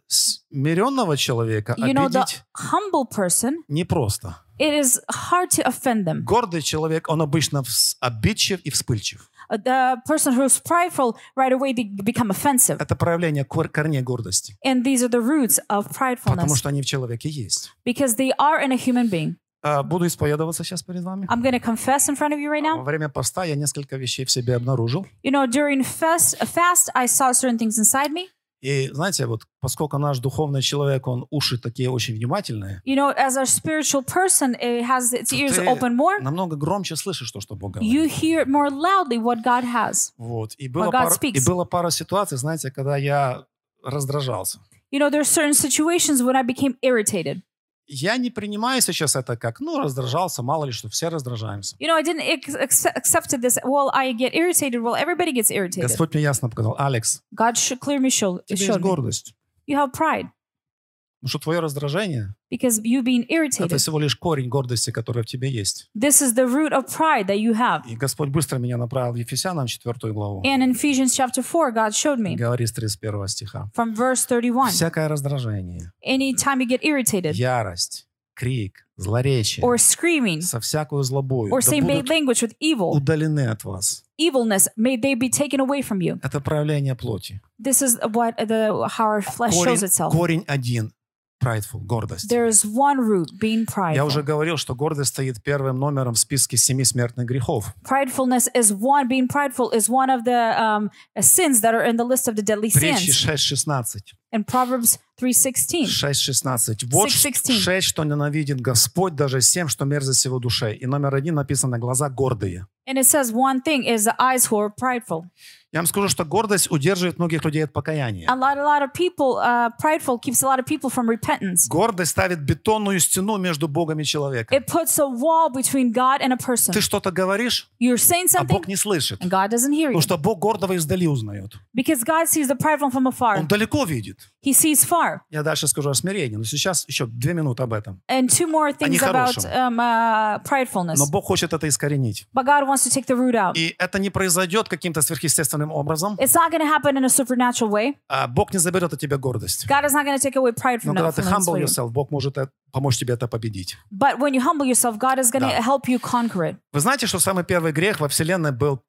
[SPEAKER 1] смиренного человека
[SPEAKER 2] You know, the
[SPEAKER 1] обидеть
[SPEAKER 2] humble person,
[SPEAKER 1] непросто.
[SPEAKER 2] it is hard to offend them.
[SPEAKER 1] Гордый человек, он обычно вс- обидчив и вспыльчив.
[SPEAKER 2] Uh, The person who's prideful right away they become offensive.
[SPEAKER 1] Это проявление кор- корней гордости,
[SPEAKER 2] And these are the roots of
[SPEAKER 1] потому
[SPEAKER 2] pridefulness
[SPEAKER 1] что они в человеке есть.
[SPEAKER 2] because they are in a human being.
[SPEAKER 1] А, Буду исповедоваться сейчас перед вами.
[SPEAKER 2] I'm going to confess in front of you right
[SPEAKER 1] Во
[SPEAKER 2] now.
[SPEAKER 1] время поста я несколько вещей в себе обнаружил.
[SPEAKER 2] You know, during fast, fast, I saw certain things inside me.
[SPEAKER 1] И знаете, вот поскольку наш духовный человек, он уши такие очень внимательные,
[SPEAKER 2] You know, as a spiritual person, it has its ears
[SPEAKER 1] Ты-
[SPEAKER 2] open more.
[SPEAKER 1] намного громче слышишь то, что Бог говорит.
[SPEAKER 2] You hear more loudly what God has.
[SPEAKER 1] Вот. И было,
[SPEAKER 2] God
[SPEAKER 1] пара, и
[SPEAKER 2] speaks.
[SPEAKER 1] было пара ситуаций, знаете, когда я раздражался.
[SPEAKER 2] You know, there's certain situations when I became irritated.
[SPEAKER 1] Я не принимаю сейчас это как, ну, раздражался, мало ли что, все раздражаемся.
[SPEAKER 2] You know, I didn't ex- accept accepted this. Well, I get irritated. Well, everybody gets irritated.
[SPEAKER 1] Господь мне ясно показал, Алекс,
[SPEAKER 2] God should clear me,
[SPEAKER 1] у
[SPEAKER 2] show,
[SPEAKER 1] тебя есть
[SPEAKER 2] showed me.
[SPEAKER 1] гордость.
[SPEAKER 2] You have pride
[SPEAKER 1] Потому что твое раздражение
[SPEAKER 2] because you being
[SPEAKER 1] — это
[SPEAKER 2] irritated.
[SPEAKER 1] всего лишь корень гордости, который в тебе есть.
[SPEAKER 2] This is the root of pride that you have.
[SPEAKER 1] И Господь быстро меня направил в Ефесянам 4 главу.
[SPEAKER 2] And in Ephesians chapter 4, God showed me
[SPEAKER 1] Говори с 31 стиха.
[SPEAKER 2] from verse 31
[SPEAKER 1] Всякое раздражение,
[SPEAKER 2] anytime you get irritated
[SPEAKER 1] ярость, крик, злоречие,
[SPEAKER 2] or screaming
[SPEAKER 1] со всякую злобою
[SPEAKER 2] or
[SPEAKER 1] да
[SPEAKER 2] saying
[SPEAKER 1] будут
[SPEAKER 2] bad language with evil,
[SPEAKER 1] удалены от вас.
[SPEAKER 2] evilness, may they be taken away from you.
[SPEAKER 1] Это проявление плоти.
[SPEAKER 2] This is what the how our flesh shows
[SPEAKER 1] Корень,
[SPEAKER 2] itself.
[SPEAKER 1] корень один. Prideful, гордость.
[SPEAKER 2] There is one root, being
[SPEAKER 1] Я уже
[SPEAKER 2] prideful.
[SPEAKER 1] говорил, что гордость стоит первым номером в списке семи смертных грехов.
[SPEAKER 2] Pridefulness is one. Being prideful is one of the um, sins that are in the list of the deadly
[SPEAKER 1] Притчи
[SPEAKER 2] sins
[SPEAKER 1] 6.16.
[SPEAKER 2] in Proverbs 3:16.
[SPEAKER 1] 6.16. Вот
[SPEAKER 2] 6:16.
[SPEAKER 1] шесть, что ненавидит Господь, даже семь, что мерзость его душе. И номер один написано «глаза гордые».
[SPEAKER 2] And it says one thing is the eyes who are prideful.
[SPEAKER 1] Я вам скажу, что гордость удерживает многих людей от покаяния.
[SPEAKER 2] A lot, a lot of people uh, prideful keeps a lot of people from repentance.
[SPEAKER 1] Гордость ставит бетонную стену между Богом и человеком.
[SPEAKER 2] It puts a wall between God and a person.
[SPEAKER 1] Ты что-то говоришь,
[SPEAKER 2] You're saying
[SPEAKER 1] а
[SPEAKER 2] something
[SPEAKER 1] Бог не слышит.
[SPEAKER 2] and God doesn't hear you
[SPEAKER 1] Потому что Бог гордого издали узнает.
[SPEAKER 2] because God sees the prideful from afar.
[SPEAKER 1] Он далеко видит.
[SPEAKER 2] He sees far.
[SPEAKER 1] Я дальше скажу о смирении, но сейчас еще две минуты об этом.
[SPEAKER 2] And two more things about
[SPEAKER 1] нехорошем.
[SPEAKER 2] um, uh, pridefulness.
[SPEAKER 1] Но Бог хочет это искоренить.
[SPEAKER 2] But God wants to take the root out.
[SPEAKER 1] И это не произойдет каким-то сверхъестественным образом.
[SPEAKER 2] It's not going to happen in a supernatural way.
[SPEAKER 1] А Бог не заберет от тебя гордость.
[SPEAKER 2] God is not going to take away pride
[SPEAKER 1] Но
[SPEAKER 2] from
[SPEAKER 1] когда
[SPEAKER 2] that.
[SPEAKER 1] ты humble yourself, Bог может э- помочь тебе это победить.
[SPEAKER 2] But when you humble yourself, God is going to
[SPEAKER 1] Да.
[SPEAKER 2] help you conquer it.
[SPEAKER 1] Вы знаете, что самый первый грех во Вселенной был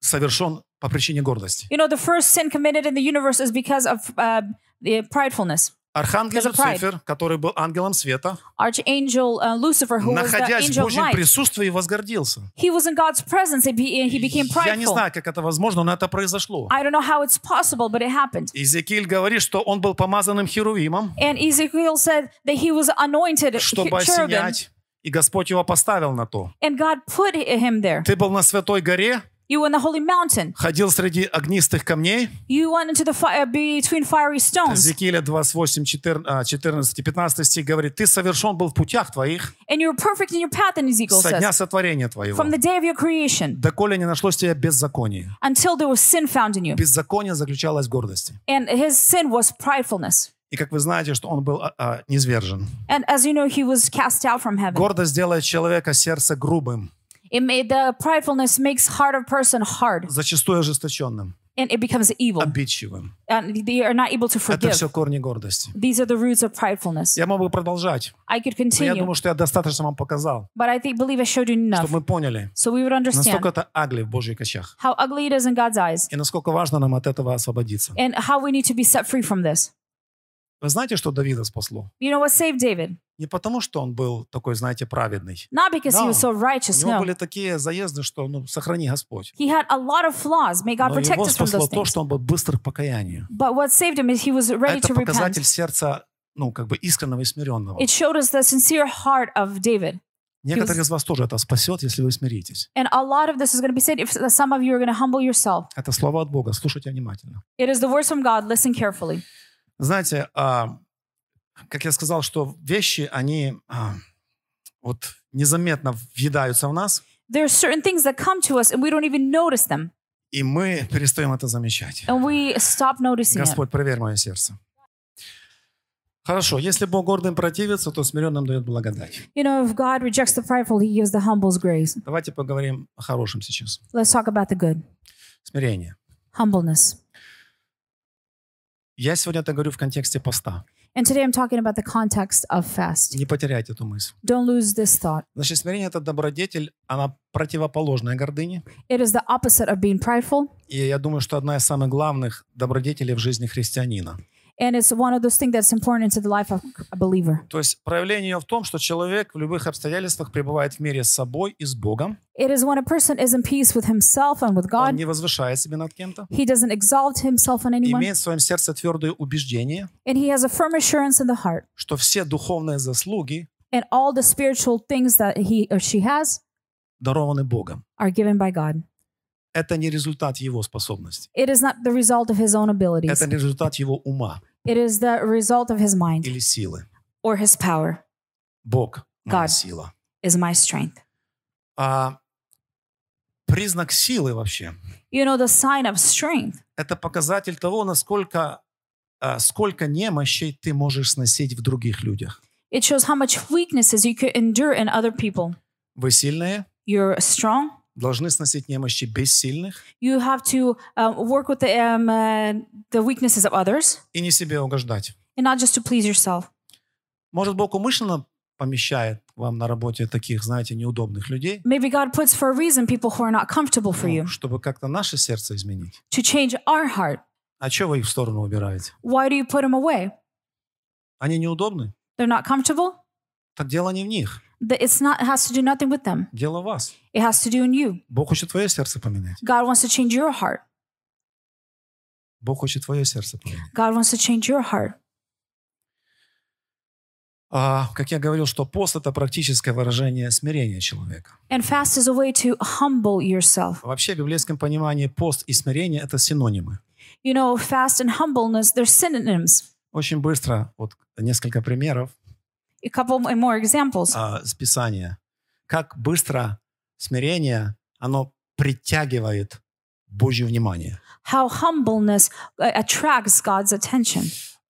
[SPEAKER 1] совершен по причине гордости.
[SPEAKER 2] You know, the first sin committed in the universe is because of uh, the pridefulness.
[SPEAKER 1] Архангел
[SPEAKER 2] Because of pride.
[SPEAKER 1] Люцифер, который был ангелом света,
[SPEAKER 2] Archangel uh, Lucifer, who was the
[SPEAKER 1] находясь в
[SPEAKER 2] angel of
[SPEAKER 1] Божьем
[SPEAKER 2] light,
[SPEAKER 1] присутствии, возгордился.
[SPEAKER 2] he was in God's presence and he, and he became
[SPEAKER 1] Я не
[SPEAKER 2] prideful.
[SPEAKER 1] знаю, как это возможно, но это произошло.
[SPEAKER 2] I don't know how it's possible, but it happened.
[SPEAKER 1] Иезекииль говорит, что он был помазанным херувимом,
[SPEAKER 2] And Ezekiel said that he was anointed
[SPEAKER 1] чтобы
[SPEAKER 2] cherubim,
[SPEAKER 1] осенять, и Господь его поставил на то.
[SPEAKER 2] and God put him there.
[SPEAKER 1] Ты был на святой горе,
[SPEAKER 2] You were in the holy mountain.
[SPEAKER 1] ходил среди огнистых камней,
[SPEAKER 2] You went into the fire between fiery stones,
[SPEAKER 1] Иезекииля 28, 14, 14 и 15 а, стих говорит, «Ты совершен был в путях твоих
[SPEAKER 2] and you were perfect in your path. And Ezekiel
[SPEAKER 1] со дня
[SPEAKER 2] says,
[SPEAKER 1] сотворения твоего,
[SPEAKER 2] from the day of your creation
[SPEAKER 1] доколе не нашлось тебя беззакония».
[SPEAKER 2] until there was sin found in you,
[SPEAKER 1] Беззаконие заключалось в гордости.
[SPEAKER 2] and his sin was pridefulness.
[SPEAKER 1] И как вы знаете, что он был а, а, низвержен.
[SPEAKER 2] And as you know, he was cast out from heaven.
[SPEAKER 1] Гордость делает человека сердце грубым,
[SPEAKER 2] It made the pridefulness makes heart of person hard,
[SPEAKER 1] зачастую ожесточенным,
[SPEAKER 2] and it becomes evil,
[SPEAKER 1] обидчивым.
[SPEAKER 2] and they are not able to
[SPEAKER 1] Это
[SPEAKER 2] forgive.
[SPEAKER 1] все корни гордости.
[SPEAKER 2] These are the roots of pridefulness.
[SPEAKER 1] Я мог бы продолжать,
[SPEAKER 2] I could
[SPEAKER 1] но я
[SPEAKER 2] continue,
[SPEAKER 1] думаю, что я достаточно вам показал,
[SPEAKER 2] but I think believe I showed you
[SPEAKER 1] чтобы
[SPEAKER 2] enough,
[SPEAKER 1] мы поняли,
[SPEAKER 2] so we would
[SPEAKER 1] насколько
[SPEAKER 2] understand
[SPEAKER 1] это агли в Божьих очах.
[SPEAKER 2] how ugly it is in God's eyes,
[SPEAKER 1] И насколько важно нам от этого освободиться.
[SPEAKER 2] and how we need to be set free from this.
[SPEAKER 1] Вы знаете, что Давида спасло?
[SPEAKER 2] You know what saved David?
[SPEAKER 1] Не потому, что он был такой, знаете, праведный.
[SPEAKER 2] Not because he
[SPEAKER 1] No.
[SPEAKER 2] was so
[SPEAKER 1] У
[SPEAKER 2] righteous.
[SPEAKER 1] него
[SPEAKER 2] No,
[SPEAKER 1] были такие заезды, что, ну, сохрани Господь.
[SPEAKER 2] he had a lot of flaws. May God
[SPEAKER 1] Но
[SPEAKER 2] protect
[SPEAKER 1] его
[SPEAKER 2] us from
[SPEAKER 1] спасло
[SPEAKER 2] those
[SPEAKER 1] то,
[SPEAKER 2] things.
[SPEAKER 1] что он был быстр к покаянию.
[SPEAKER 2] But what saved him is he was ready
[SPEAKER 1] Это
[SPEAKER 2] to
[SPEAKER 1] показатель
[SPEAKER 2] repent.
[SPEAKER 1] сердца, ну, как бы искреннего и смиренного.
[SPEAKER 2] It showed us the sincere heart of David.
[SPEAKER 1] Некоторых из вас тоже это спасет, если вы смиритесь.
[SPEAKER 2] And a lot of this is going to be said if some of you are going to humble yourself.
[SPEAKER 1] Это слово от Бога, слушайте внимательно.
[SPEAKER 2] It is the words from God. Listen carefully.
[SPEAKER 1] Знаете, а, как я сказал, что вещи, они а, вот незаметно въедаются в нас,
[SPEAKER 2] There are certain things that come to us and we don't even notice them.
[SPEAKER 1] и мы перестаем это замечать.
[SPEAKER 2] And we stop noticing it.
[SPEAKER 1] Господь, проверь мое сердце. Хорошо, если Бог гордым противится, то смиренным дает благодать.
[SPEAKER 2] You know, if God rejects the prideful, he gives the humble's grace.
[SPEAKER 1] Давайте поговорим о хорошем сейчас.
[SPEAKER 2] Let's talk about the good
[SPEAKER 1] Смирение.
[SPEAKER 2] humbleness.
[SPEAKER 1] Я сегодня это говорю в контексте поста.
[SPEAKER 2] And today I'm talking about the context of fast.
[SPEAKER 1] Не потеряйте эту мысль.
[SPEAKER 2] Don't лose this thought.
[SPEAKER 1] Значит, смирение – это добродетель, она противоположная гордыне.
[SPEAKER 2] It is the opposite of being prideful,
[SPEAKER 1] И я думаю, что одна из самых главных добродетелей в жизни христианина.
[SPEAKER 2] and it's one of those things that's important to the life of a believer.
[SPEAKER 1] То есть проявление ее в том, что человек в любых обстоятельствах пребывает в мире с собой и с Богом.
[SPEAKER 2] It is when a person is in peace with himself and with
[SPEAKER 1] Он
[SPEAKER 2] God,
[SPEAKER 1] не возвышает себя над кем-то.
[SPEAKER 2] he doesn't exalt himself on anyone,
[SPEAKER 1] Имеет в своем сердце твердое убеждение,
[SPEAKER 2] and he has a firm assurance in the heart.
[SPEAKER 1] что все духовные заслуги
[SPEAKER 2] And all the spiritual things that he or she has
[SPEAKER 1] дарованы Богом.
[SPEAKER 2] are given by God.
[SPEAKER 1] Это не результат его способности.
[SPEAKER 2] It is not the result of his own abilities,
[SPEAKER 1] Это не результат его ума
[SPEAKER 2] it is the result of his mind
[SPEAKER 1] или силы.
[SPEAKER 2] or his power,
[SPEAKER 1] Бог – моя
[SPEAKER 2] God.
[SPEAKER 1] сила.
[SPEAKER 2] is my strength.
[SPEAKER 1] А признак силы вообще
[SPEAKER 2] You know, the sign of strength
[SPEAKER 1] – это показатель того, насколько а, сколько немощей ты можешь сносить в других людях.
[SPEAKER 2] It shows how much weaknesses you could endure in other people.
[SPEAKER 1] Вы сильные,
[SPEAKER 2] You're strong.
[SPEAKER 1] должны сносить немощи бессильных
[SPEAKER 2] You have to um, work with the um, uh, the weaknesses of others,
[SPEAKER 1] и не себе угождать.
[SPEAKER 2] and not just to please yourself.
[SPEAKER 1] Может, Бог умышленно помещает вам на работе таких, знаете, неудобных людей,
[SPEAKER 2] Maybe God puts for a reason people who are not comfortable for
[SPEAKER 1] ну,
[SPEAKER 2] you
[SPEAKER 1] чтобы как-то наше сердце изменить.
[SPEAKER 2] to change our heart.
[SPEAKER 1] А что вы их в сторону убираете?
[SPEAKER 2] Why do you put them away?
[SPEAKER 1] Они неудобны?
[SPEAKER 2] They're not comfortable.
[SPEAKER 1] Так дело не в них,
[SPEAKER 2] The, it's not it has to do nothing with them.
[SPEAKER 1] дело в вас.
[SPEAKER 2] It has to do in you.
[SPEAKER 1] Бог хочет твое сердце поменять.
[SPEAKER 2] God wants to change your heart.
[SPEAKER 1] Бог хочет твое сердце поменять.
[SPEAKER 2] God wants to change your heart.
[SPEAKER 1] А, как я говорил, что пост – это практическое выражение смирения человека.
[SPEAKER 2] And fast is a way to humble yourself.
[SPEAKER 1] Вообще, в библейском понимании пост и смирение – это синонимы.
[SPEAKER 2] You know, fast and humbleness, they're synonyms.
[SPEAKER 1] Очень быстро, вот несколько примеров.
[SPEAKER 2] A couple more examples.
[SPEAKER 1] а, с Писания, как быстро смирение, оно притягивает Божье внимание.
[SPEAKER 2] how humbleness uh, attracts God's attention.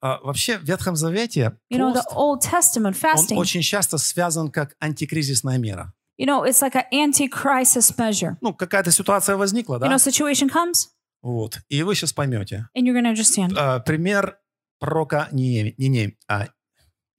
[SPEAKER 1] А, Вообще в Ветхом Завете
[SPEAKER 2] You know, the
[SPEAKER 1] пост,
[SPEAKER 2] Old Testament
[SPEAKER 1] он
[SPEAKER 2] fasting,
[SPEAKER 1] очень часто связан как антикризисная мера.
[SPEAKER 2] you know, it's like an anti-crisis measure.
[SPEAKER 1] Ну, какая-то ситуация возникла,
[SPEAKER 2] You know,
[SPEAKER 1] да?
[SPEAKER 2] situation comes
[SPEAKER 1] Вот. И вы сейчас поймете.
[SPEAKER 2] and you're going to understand.
[SPEAKER 1] А, Пример пророка Ниеми- Ниневи- а,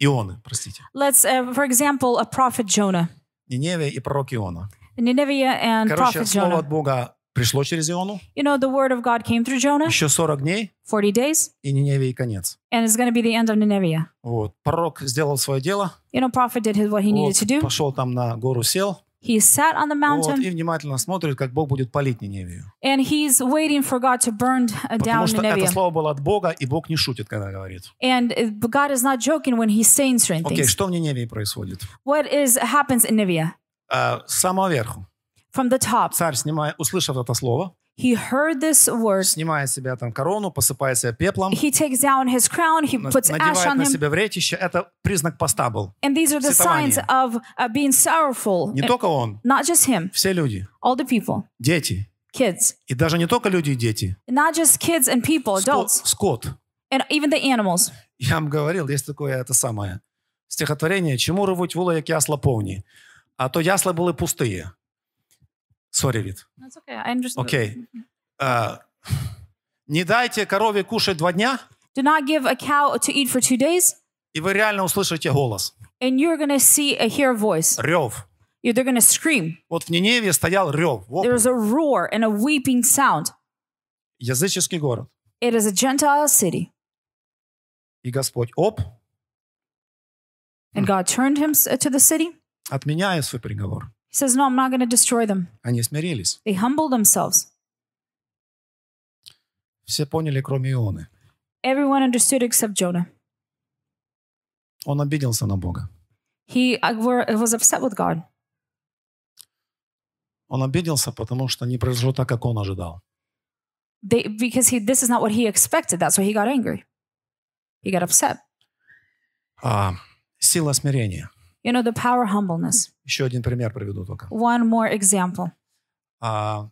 [SPEAKER 1] Ионы, простите.
[SPEAKER 2] Let's, uh, for example, a prophet Jonah,
[SPEAKER 1] Ниневия и пророк Иона.
[SPEAKER 2] Nineveh and
[SPEAKER 1] Короче,
[SPEAKER 2] prophet
[SPEAKER 1] слово от
[SPEAKER 2] Jonah.
[SPEAKER 1] Бога пришло через Иону.
[SPEAKER 2] You know, the word of God came through Jonah,
[SPEAKER 1] Еще 40 дней,
[SPEAKER 2] 40 days,
[SPEAKER 1] и Ниневии конец.
[SPEAKER 2] and it's going to be the end of Nineveh.
[SPEAKER 1] Вот. Пророк сделал свое дело.
[SPEAKER 2] You know, prophet did his, what he
[SPEAKER 1] Вот,
[SPEAKER 2] needed to do.
[SPEAKER 1] Пошел там на гору, сел.
[SPEAKER 2] He sat on the
[SPEAKER 1] вот, и
[SPEAKER 2] mountain
[SPEAKER 1] внимательно смотрит, как Бог будет палить Ниневию.
[SPEAKER 2] and he's waiting for God to burn uh,
[SPEAKER 1] Потому
[SPEAKER 2] down
[SPEAKER 1] что это
[SPEAKER 2] Nineveh.
[SPEAKER 1] слово было от Бога, и Бог не шутит, когда говорит.
[SPEAKER 2] And uh, but God is not joking when he's saying certain
[SPEAKER 1] Окей,
[SPEAKER 2] things.
[SPEAKER 1] что в Ниневии происходит?
[SPEAKER 2] What is happens in Nineveh?
[SPEAKER 1] А, С самого верху.
[SPEAKER 2] from the top.
[SPEAKER 1] Царь, снимая, услышав это слово,
[SPEAKER 2] He heard this word.
[SPEAKER 1] снимает с себя там корону, посыпает себя пеплом,
[SPEAKER 2] He takes down his crown. He
[SPEAKER 1] на-
[SPEAKER 2] puts ash
[SPEAKER 1] надевает
[SPEAKER 2] on
[SPEAKER 1] на
[SPEAKER 2] him.
[SPEAKER 1] себя вретище. Это признак поста был.
[SPEAKER 2] And these are the
[SPEAKER 1] Сетование.
[SPEAKER 2] signs of uh, being sorrowful.
[SPEAKER 1] Не
[SPEAKER 2] And
[SPEAKER 1] только он,
[SPEAKER 2] Not just him,
[SPEAKER 1] все люди,
[SPEAKER 2] all the people,
[SPEAKER 1] дети.
[SPEAKER 2] kids.
[SPEAKER 1] И даже не только люди и дети.
[SPEAKER 2] Not just kids and people,
[SPEAKER 1] Скот.
[SPEAKER 2] adults,
[SPEAKER 1] скот.
[SPEAKER 2] and even the animals.
[SPEAKER 1] Я вам говорил, есть такое это самое стихотворение «Чему рвуть вула, як ясла повні? А то ясла були пустые». Сорі, Віт.
[SPEAKER 2] That's okay. I understand.
[SPEAKER 1] Окей. Е, «Не дайте корове кушать два дня,
[SPEAKER 2] Do not give a cow to eat for two days,
[SPEAKER 1] и вы реально услышите голос.
[SPEAKER 2] and you're going to see a hear a voice.
[SPEAKER 1] Рев.
[SPEAKER 2] You- They're going to scream.
[SPEAKER 1] Вот в Ниневе стоял рев. вопль.
[SPEAKER 2] There's a roar and a weeping sound.
[SPEAKER 1] Языческий город.
[SPEAKER 2] It is a Gentile city.
[SPEAKER 1] И Господь, оп,
[SPEAKER 2] And God turned him s- uh, to the city. He
[SPEAKER 1] отменяю свой приговор.
[SPEAKER 2] says, No, I'm not going to destroy them.
[SPEAKER 1] Они смирились.
[SPEAKER 2] They humbled themselves.
[SPEAKER 1] Все поняли, кроме Ионы.
[SPEAKER 2] Everyone understood except Jonah.
[SPEAKER 1] Он обиделся на Бога.
[SPEAKER 2] He uh, were, was upset with God.
[SPEAKER 1] Он обиделся, потому что не произошло так, как он ожидал.
[SPEAKER 2] They, because he, this is not what he expected. That's why he got angry. He got upset.
[SPEAKER 1] А, сила смирения.
[SPEAKER 2] You know, the power of humbleness.
[SPEAKER 1] Еще один пример приведу только.
[SPEAKER 2] One more example.
[SPEAKER 1] А,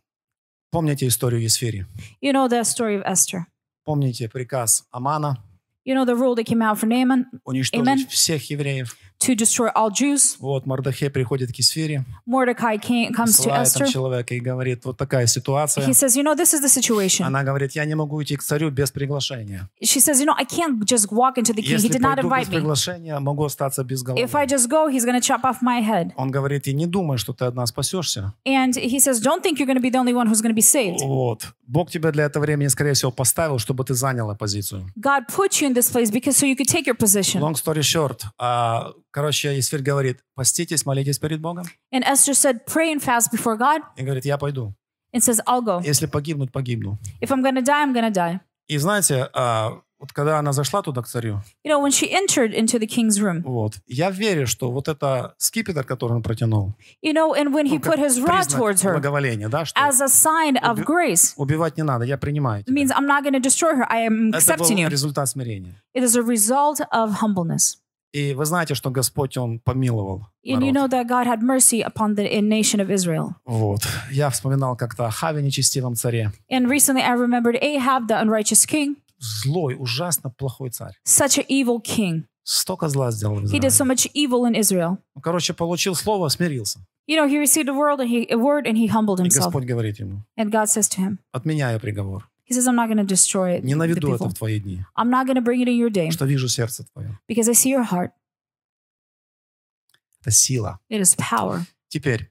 [SPEAKER 1] помните историю Есфири?
[SPEAKER 2] You know the story of Esther.
[SPEAKER 1] Помните приказ Амана?
[SPEAKER 2] You know the rule that came out for Naaman
[SPEAKER 1] уничтожить
[SPEAKER 2] Amen.
[SPEAKER 1] всех евреев.
[SPEAKER 2] to destroy all Jews.
[SPEAKER 1] Вот Мардахе приходит к Исфире,
[SPEAKER 2] Mordecai came, comes Um, to
[SPEAKER 1] ссылает
[SPEAKER 2] Esther.
[SPEAKER 1] там человека и говорит, вот такая
[SPEAKER 2] He
[SPEAKER 1] ситуация.
[SPEAKER 2] says, You know, this is the situation.
[SPEAKER 1] Она говорит, я не могу идти к царю без приглашения.
[SPEAKER 2] She says, You know, I can't just walk into the king. He
[SPEAKER 1] Если
[SPEAKER 2] did not
[SPEAKER 1] пойду без
[SPEAKER 2] invite me.
[SPEAKER 1] приглашения, могу остаться без головы.
[SPEAKER 2] If I just go, he's going to chop off my head.
[SPEAKER 1] Он говорит, и не думай, что ты одна спасешься.
[SPEAKER 2] And he says, Don't think you're going to be the only one who's going to be saved.
[SPEAKER 1] Вот. Bог тебя для этого времени, скорее всего, поставил, чтобы ты заняла позицию.
[SPEAKER 2] God put you in this place because so you could take your position.
[SPEAKER 1] Long story short. а, короче, Исфирь говорит, поститесь, молитесь перед Богом.
[SPEAKER 2] And Esther said, Pray and fast before God
[SPEAKER 1] И говорит, я пойду.
[SPEAKER 2] and says, I'll go.
[SPEAKER 1] Если погибнуть, погибну.
[SPEAKER 2] If I'm going to die, I'm going to die.
[SPEAKER 1] И знаете, а, вот когда она зашла туда к царю,
[SPEAKER 2] You know, when she entered into the king's room,
[SPEAKER 1] вот, я верю, что вот это скипетр, который он протянул,
[SPEAKER 2] you know, and when he
[SPEAKER 1] ну, как
[SPEAKER 2] put his rod
[SPEAKER 1] признак
[SPEAKER 2] towards her
[SPEAKER 1] благоволения, да, что
[SPEAKER 2] as a sign of grace,
[SPEAKER 1] убивать не надо, я принимаю
[SPEAKER 2] it
[SPEAKER 1] тебя.
[SPEAKER 2] means I'm not going to destroy her. I am
[SPEAKER 1] Это был
[SPEAKER 2] accepting you.
[SPEAKER 1] результат смирения.
[SPEAKER 2] It is a result of humbleness.
[SPEAKER 1] И вы знаете, что Господь, Он помиловал
[SPEAKER 2] And you
[SPEAKER 1] народ.
[SPEAKER 2] know that God had mercy upon the nation of Israel.
[SPEAKER 1] Вот. Я вспоминал как-то о Хаве, нечестивом царе.
[SPEAKER 2] And recently I remembered Ahab, the unrighteous king,
[SPEAKER 1] Злой, ужасно плохой царь.
[SPEAKER 2] such an evil king.
[SPEAKER 1] Столько зла сделал в
[SPEAKER 2] He
[SPEAKER 1] Израиле.
[SPEAKER 2] did so much evil in Israel.
[SPEAKER 1] Ну, Короче, получил слово, смирился.
[SPEAKER 2] You know, he received a word and he, a word and he humbled
[SPEAKER 1] И
[SPEAKER 2] himself.
[SPEAKER 1] Господь говорит ему,
[SPEAKER 2] And God says to him,
[SPEAKER 1] отменяю приговор.
[SPEAKER 2] He says, I'm not going to destroy it.
[SPEAKER 1] Не
[SPEAKER 2] the
[SPEAKER 1] наведу это
[SPEAKER 2] people.
[SPEAKER 1] в твои дни,
[SPEAKER 2] I'm not going to bring it in your day
[SPEAKER 1] что вижу сердце твое.
[SPEAKER 2] because I see your heart.
[SPEAKER 1] Это сила.
[SPEAKER 2] It is power.
[SPEAKER 1] Теперь,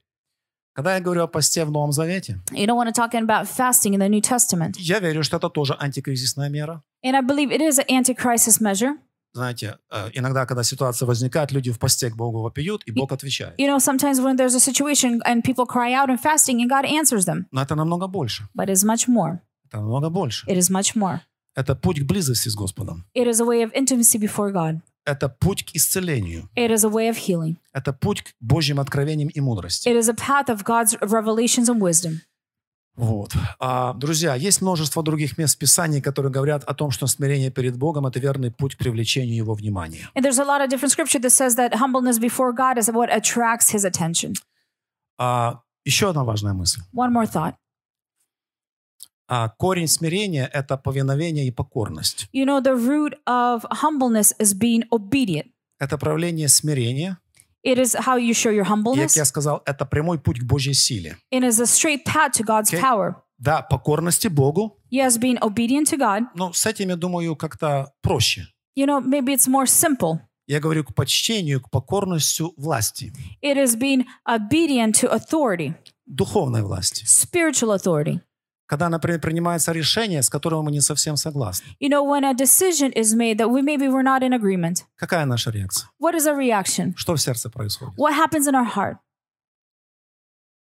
[SPEAKER 1] когда я говорю о посте в Новом Завете,
[SPEAKER 2] You know, when I'm talking about fasting in the New Testament,
[SPEAKER 1] я верю, что это тоже антикризисная мера.
[SPEAKER 2] and I believe it is an anti-crisis measure.
[SPEAKER 1] Знаете, э, иногда, когда ситуация возникает, люди в посте к Богу вопиют, и Бог отвечает.
[SPEAKER 2] You know, sometimes when there's a situation and people cry out in fasting and God answers them,
[SPEAKER 1] Но это намного больше.
[SPEAKER 2] but it's much more.
[SPEAKER 1] Это намного больше.
[SPEAKER 2] It is much more.
[SPEAKER 1] Это путь к близости с Господом.
[SPEAKER 2] It is a way of intimacy before God.
[SPEAKER 1] Это путь к исцелению.
[SPEAKER 2] It is a way of healing.
[SPEAKER 1] Это путь к Божьим откровениям и мудрости.
[SPEAKER 2] It is a path of God's revelations and wisdom.
[SPEAKER 1] Вот. А, друзья, есть множество других мест в Писании, которые говорят о том, что смирение перед Богом – это верный путь к привлечению Его внимания.
[SPEAKER 2] And there's a lot of different scripture that says that humbleness before God is what attracts his attention.
[SPEAKER 1] А, еще одна важная мысль.
[SPEAKER 2] One more thought.
[SPEAKER 1] А, корень смирения – это повиновение и покорность.
[SPEAKER 2] You know, the root of humbleness is being obedient.
[SPEAKER 1] Это проявление смирения.
[SPEAKER 2] It is how you show your
[SPEAKER 1] И, Как
[SPEAKER 2] humbleness.
[SPEAKER 1] я сказал, это прямой путь к Божьей силе.
[SPEAKER 2] It is a straight path to God's
[SPEAKER 1] Okay.
[SPEAKER 2] power.
[SPEAKER 1] Да, покорности Богу,
[SPEAKER 2] Yes, being obedient to God.
[SPEAKER 1] но с этим, я думаю, как-то проще.
[SPEAKER 2] You know, maybe it's more simple.
[SPEAKER 1] Я говорю к почтению, к покорностью власти,
[SPEAKER 2] It is being obedient to authority,
[SPEAKER 1] духовной власти.
[SPEAKER 2] spiritual authority.
[SPEAKER 1] Когда, например, принимается решение, с которым мы не совсем согласны.
[SPEAKER 2] You know, when a decision is made that we maybe we're not in agreement,
[SPEAKER 1] Какая наша реакция?
[SPEAKER 2] what is our reaction?
[SPEAKER 1] Что в сердце происходит?
[SPEAKER 2] What happens in our heart?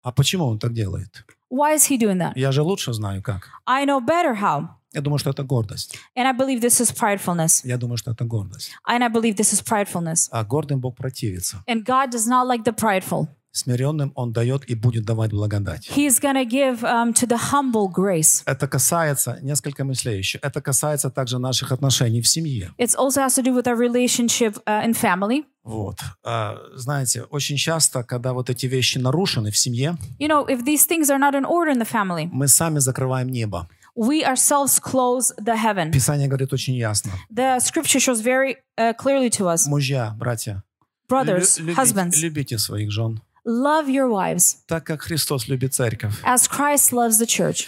[SPEAKER 1] А почему он так делает?
[SPEAKER 2] Why is he doing that?
[SPEAKER 1] Я же лучше знаю как.
[SPEAKER 2] I know better how.
[SPEAKER 1] Я думаю, что это гордость.
[SPEAKER 2] And I believe this is pridefulness.
[SPEAKER 1] Я думаю, что это гордость.
[SPEAKER 2] And I believe this is pridefulness.
[SPEAKER 1] А гордым Бог противится.
[SPEAKER 2] And God does not like the prideful.
[SPEAKER 1] Смиренным Он дает и будет давать благодать.
[SPEAKER 2] He's going to give um, to the humble grace.
[SPEAKER 1] Это касается, несколько мыслей еще, это касается также наших отношений в семье.
[SPEAKER 2] It also has to do with our relationship uh, in family.
[SPEAKER 1] Вот. А, знаете, очень часто, когда вот эти вещи нарушены в семье,
[SPEAKER 2] You know, if these things are not in order in the family,
[SPEAKER 1] мы сами закрываем небо.
[SPEAKER 2] we ourselves close the heaven.
[SPEAKER 1] Писание говорит очень ясно.
[SPEAKER 2] The scripture shows very uh, clearly to us
[SPEAKER 1] Мужья, братья,
[SPEAKER 2] brothers,
[SPEAKER 1] лю- любите-
[SPEAKER 2] husbands,
[SPEAKER 1] любите своих жен.
[SPEAKER 2] love your wives
[SPEAKER 1] Так как Христос любит церковь.
[SPEAKER 2] as Christ loves the church.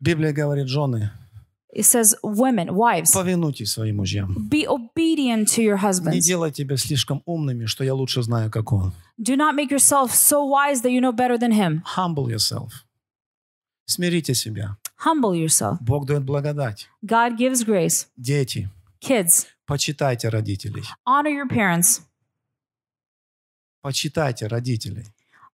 [SPEAKER 1] Библия говорит, жены,
[SPEAKER 2] It says, women, wives,
[SPEAKER 1] повинуйтесь своим мужьям.
[SPEAKER 2] be obedient to your
[SPEAKER 1] Не
[SPEAKER 2] husbands.
[SPEAKER 1] делайте тебя слишком умными, что я лучше знаю, как он.
[SPEAKER 2] Do not make yourself so wise that you know better than him.
[SPEAKER 1] Humble yourself. Смирите себя.
[SPEAKER 2] Humble yourself.
[SPEAKER 1] Бог дает благодать.
[SPEAKER 2] God gives grace.
[SPEAKER 1] Дети,
[SPEAKER 2] Kids,
[SPEAKER 1] почитайте родителей.
[SPEAKER 2] honor your parents.
[SPEAKER 1] Почитайте родителей.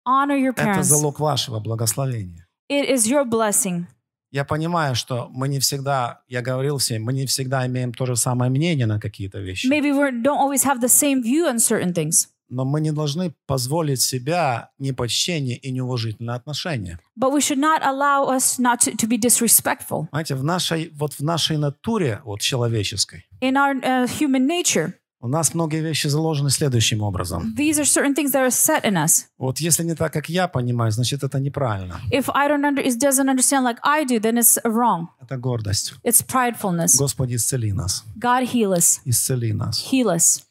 [SPEAKER 2] Honor your
[SPEAKER 1] Это
[SPEAKER 2] parents.
[SPEAKER 1] залог вашего благословения.
[SPEAKER 2] It is your blessing.
[SPEAKER 1] Я понимаю, что мы не всегда, я говорил всем, мы не всегда имеем то же самое мнение на какие-то вещи.
[SPEAKER 2] Maybe we don't always have the same view on certain things,
[SPEAKER 1] Но мы не должны позволить себя непочтение и неуважительное отношение.
[SPEAKER 2] but we should not allow us not to, to be disrespectful.
[SPEAKER 1] Знаете, в нашей, вот в нашей натуре, вот человеческой,
[SPEAKER 2] In our uh, human nature,
[SPEAKER 1] У нас многие вещи заложены следующим образом.
[SPEAKER 2] These are certain things that are set in us.
[SPEAKER 1] Вот если не так, как я понимаю, значит, это неправильно.
[SPEAKER 2] If I don't under, it doesn't understand like I do, then it's wrong.
[SPEAKER 1] Это гордость.
[SPEAKER 2] It's pridefulness.
[SPEAKER 1] Господи, исцели нас.
[SPEAKER 2] God heal us.
[SPEAKER 1] Исцели нас.
[SPEAKER 2] Heal us.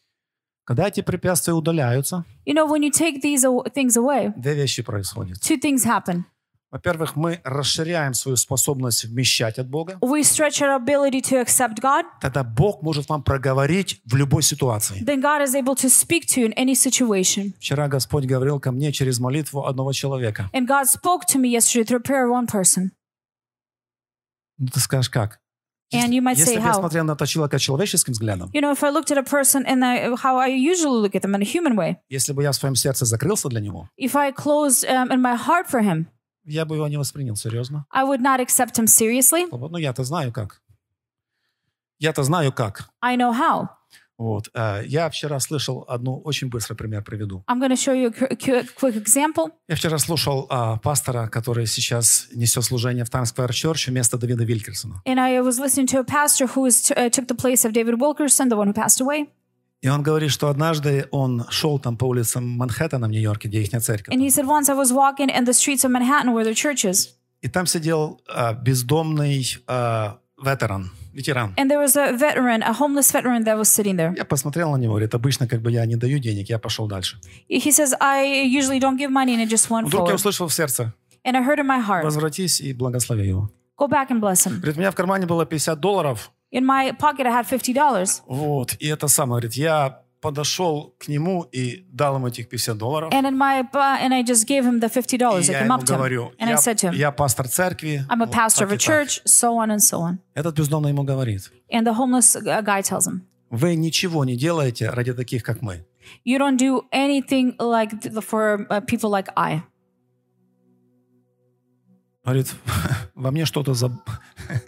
[SPEAKER 1] Когда эти препятствия удаляются,
[SPEAKER 2] You know, when you take these aw- things away,
[SPEAKER 1] две вещи происходят.
[SPEAKER 2] two things happen.
[SPEAKER 1] Во-первых, мы расширяем свою способность вмещать от Бога.
[SPEAKER 2] We stretch our ability to accept God,
[SPEAKER 1] Тогда Бог может вам проговорить в любой ситуации.
[SPEAKER 2] then God is able to speak to you in any situation.
[SPEAKER 1] Вчера Господь говорил ко мне через молитву одного человека.
[SPEAKER 2] And God spoke to me yesterday through prayer of one person.
[SPEAKER 1] Ну, ты скажешь, как?
[SPEAKER 2] And you might
[SPEAKER 1] Если
[SPEAKER 2] say
[SPEAKER 1] бы я
[SPEAKER 2] how.
[SPEAKER 1] смотрел на этого человека человеческим взглядом,
[SPEAKER 2] You know, if I looked at a person and I, how I usually look at them in a human way,
[SPEAKER 1] если бы я в своем сердце закрылся для него,
[SPEAKER 2] if I closed um, in my heart for him,
[SPEAKER 1] я бы его не воспринял серьезно.
[SPEAKER 2] I would not accept him seriously.
[SPEAKER 1] Вот, Ну, я-то знаю как. Я-то знаю как.
[SPEAKER 2] I know how.
[SPEAKER 1] Вот. э, Я вчера слышал одну, очень быстро пример приведу.
[SPEAKER 2] I'm going to show you a qu- qu- quick example.
[SPEAKER 1] Я вчера слушал а, пастора, который сейчас несет служение в Times Square Church вместо Давида Вилькерсона.
[SPEAKER 2] And I was listening to a pastor who is t- uh, took the place of David Wilkerson, the one who passed away.
[SPEAKER 1] И он говорит, что однажды он шел там по улицам Манхэттена в Нью-Йорке, где их церковь.
[SPEAKER 2] And he said, Once I was walking in the streets of Manhattan where the church is,
[SPEAKER 1] И там сидел а, бездомный а, ветеран, ветеран.
[SPEAKER 2] and there was a veteran, a homeless veteran that was sitting there.
[SPEAKER 1] Я посмотрел на него, говорит, обычно как бы я не даю денег, я пошел дальше.
[SPEAKER 2] He says, I usually don't give money, and it just went
[SPEAKER 1] Вдруг я
[SPEAKER 2] forward.
[SPEAKER 1] услышал в сердце,
[SPEAKER 2] And I heard in my heart,
[SPEAKER 1] возвратись и благослови его.
[SPEAKER 2] Go back and bless him.
[SPEAKER 1] Говорит, у меня в кармане было 50 долларов,
[SPEAKER 2] In my pocket, I had $50.
[SPEAKER 1] вот, и это самое, говорит, я подошел к нему и дал ему этих 50 долларов.
[SPEAKER 2] And in my uh, and I just gave him the
[SPEAKER 1] И
[SPEAKER 2] $50. I
[SPEAKER 1] я
[SPEAKER 2] came
[SPEAKER 1] ему
[SPEAKER 2] up to him.
[SPEAKER 1] говорю,
[SPEAKER 2] And I
[SPEAKER 1] я,
[SPEAKER 2] said to him,
[SPEAKER 1] я пастор церкви.
[SPEAKER 2] I'm a
[SPEAKER 1] вот
[SPEAKER 2] pastor of
[SPEAKER 1] так
[SPEAKER 2] a
[SPEAKER 1] и так».
[SPEAKER 2] church, so on and so on.
[SPEAKER 1] Этот бездомный ему говорит,
[SPEAKER 2] And the homeless uh, guy tells him,
[SPEAKER 1] вы nичего не делаете ради таких, как мы.
[SPEAKER 2] You don't do anything like th- for uh, people like I.
[SPEAKER 1] Говорит, во мне что-то за...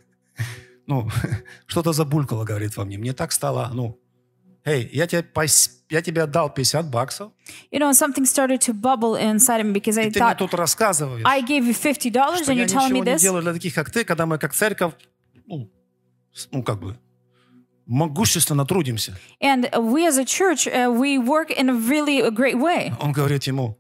[SPEAKER 1] ну, что-то забулькало, говорит, во мне. Мне так стало, ну, эй, я тебе, пос- я тебе отдал 50 баксов,
[SPEAKER 2] You know, something started to bubble inside of me because I
[SPEAKER 1] и ты мне
[SPEAKER 2] thought,
[SPEAKER 1] тут рассказываешь,
[SPEAKER 2] I gave you $50
[SPEAKER 1] что
[SPEAKER 2] and
[SPEAKER 1] я
[SPEAKER 2] you're telling me
[SPEAKER 1] ничего не
[SPEAKER 2] this.
[SPEAKER 1] делаю для таких, как ты, когда мы как церковь, ну, с- ну как бы, могущественно трудимся.
[SPEAKER 2] And uh, we as a church, uh, we work in a really a great way.
[SPEAKER 1] Он говорит ему,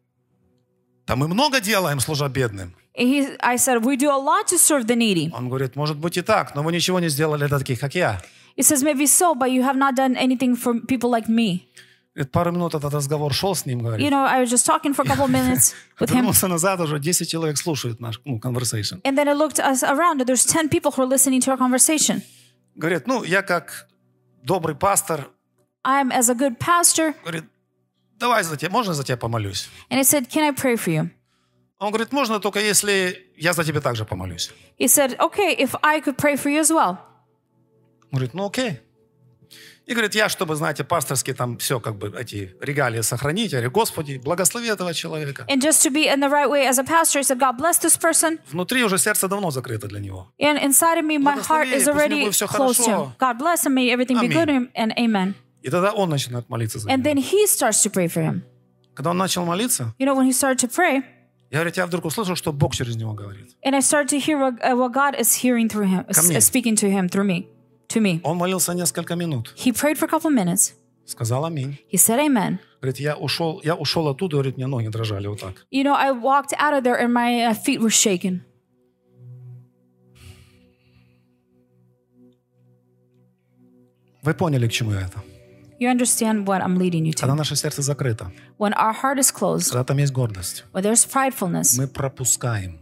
[SPEAKER 1] да мы много делаем, служа бедным.
[SPEAKER 2] He, I said, We do a lot to serve the needy.
[SPEAKER 1] Он говорит, может быть и так, но вы ничего не сделали для таких, как я.
[SPEAKER 2] He says, Maybe so, but you have not done anything for people like me.
[SPEAKER 1] Говорит, пару минут этот разговор шел с ним,
[SPEAKER 2] You
[SPEAKER 1] говорит.
[SPEAKER 2] know, I was just talking for a couple minutes with him.
[SPEAKER 1] Вернулся назад, уже 10 человек слушают наш ну, conversation.
[SPEAKER 2] And then I looked us around, and there's 10 people who are listening to our conversation.
[SPEAKER 1] Говорит, ну, я как добрый пастор,
[SPEAKER 2] I'm as a good pastor.
[SPEAKER 1] говорит, давай за тебя, можно за тебя помолюсь?
[SPEAKER 2] And I said, Can I pray for you?
[SPEAKER 1] Он говорит, можно только если я за тебя также помолюсь.
[SPEAKER 2] He said, Okay, if I could pray for you as well.
[SPEAKER 1] Он говорит, ну окей. И говорит, я, чтобы, знаете, пасторские там все, как бы, эти регалии сохранить, я говорю, Господи, благослови этого человека.
[SPEAKER 2] And just to be in the right way as a pastor, I said, God bless this person.
[SPEAKER 1] Внутри уже сердце давно закрыто для него.
[SPEAKER 2] And inside of me, my
[SPEAKER 1] Благослови,
[SPEAKER 2] heart is
[SPEAKER 1] пусть у
[SPEAKER 2] already
[SPEAKER 1] него всё
[SPEAKER 2] close to him.
[SPEAKER 1] хорошо.
[SPEAKER 2] God bless him, may everything be good
[SPEAKER 1] Аминь.
[SPEAKER 2] and amen.
[SPEAKER 1] И тогда он начинает молиться за
[SPEAKER 2] And
[SPEAKER 1] него.
[SPEAKER 2] then he starts to pray for him.
[SPEAKER 1] Когда он начал молиться,
[SPEAKER 2] You know, when he started to pray,
[SPEAKER 1] я, говорит, я вдруг услышал, что Бог через него говорит.
[SPEAKER 2] and I started to hear what, uh, what God is hearing through him,
[SPEAKER 1] Ко мне.
[SPEAKER 2] uh, speaking to him through me, to me.
[SPEAKER 1] Он молился несколько минут,
[SPEAKER 2] He prayed for a couple minutes.
[SPEAKER 1] сказал аминь.
[SPEAKER 2] He said, Amen.
[SPEAKER 1] Говорит, я ушел, я ушел оттуда, говорит, мне ноги дрожали вот так.
[SPEAKER 2] You know, I walked out of there and my uh, feet were shaken.
[SPEAKER 1] Вы поняли, к чему я это?
[SPEAKER 2] You understand what I'm leading you
[SPEAKER 1] Когда
[SPEAKER 2] to.
[SPEAKER 1] наше сердце закрыто,
[SPEAKER 2] When our heart is closed,
[SPEAKER 1] когда там есть гордость,
[SPEAKER 2] when there's pridefulness,
[SPEAKER 1] мы пропускаем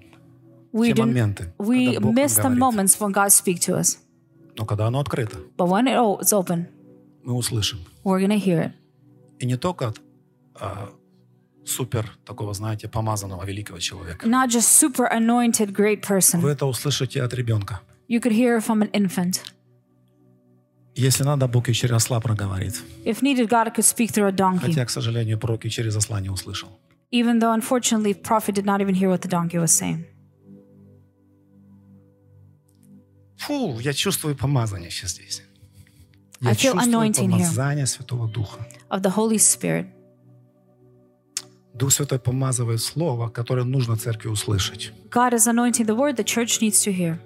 [SPEAKER 2] we
[SPEAKER 1] те
[SPEAKER 2] do
[SPEAKER 1] моменты,
[SPEAKER 2] we
[SPEAKER 1] когда Бог нам
[SPEAKER 2] miss the
[SPEAKER 1] говорит.
[SPEAKER 2] moments when God speaks to us.
[SPEAKER 1] Но когда оно открыто,
[SPEAKER 2] But when it, oh, it's open,
[SPEAKER 1] мы услышим.
[SPEAKER 2] we're going to hear it.
[SPEAKER 1] И не только от а, супер такого, знаете, помазанного великого человека.
[SPEAKER 2] Not just super anointed, great person.
[SPEAKER 1] Вы это услышите от ребенка.
[SPEAKER 2] You could hear it from an infant.
[SPEAKER 1] Если надо, Бог и через осла проговорит.
[SPEAKER 2] If needed, God could speak through a donkey,
[SPEAKER 1] Хотя, к сожалению, пророк и через осла не услышал.
[SPEAKER 2] even though unfortunately, prophet did not even hear what the donkey was saying.
[SPEAKER 1] Фу, я чувствую помазание сейчас здесь.
[SPEAKER 2] I
[SPEAKER 1] Я
[SPEAKER 2] feel
[SPEAKER 1] чувствую
[SPEAKER 2] А anointing here.
[SPEAKER 1] помазание Святого Духа.
[SPEAKER 2] Of the Holy Spirit.
[SPEAKER 1] Дух Святой помазывает слово, которое нужно церкви услышать.
[SPEAKER 2] God is anointing the word the church needs to hear.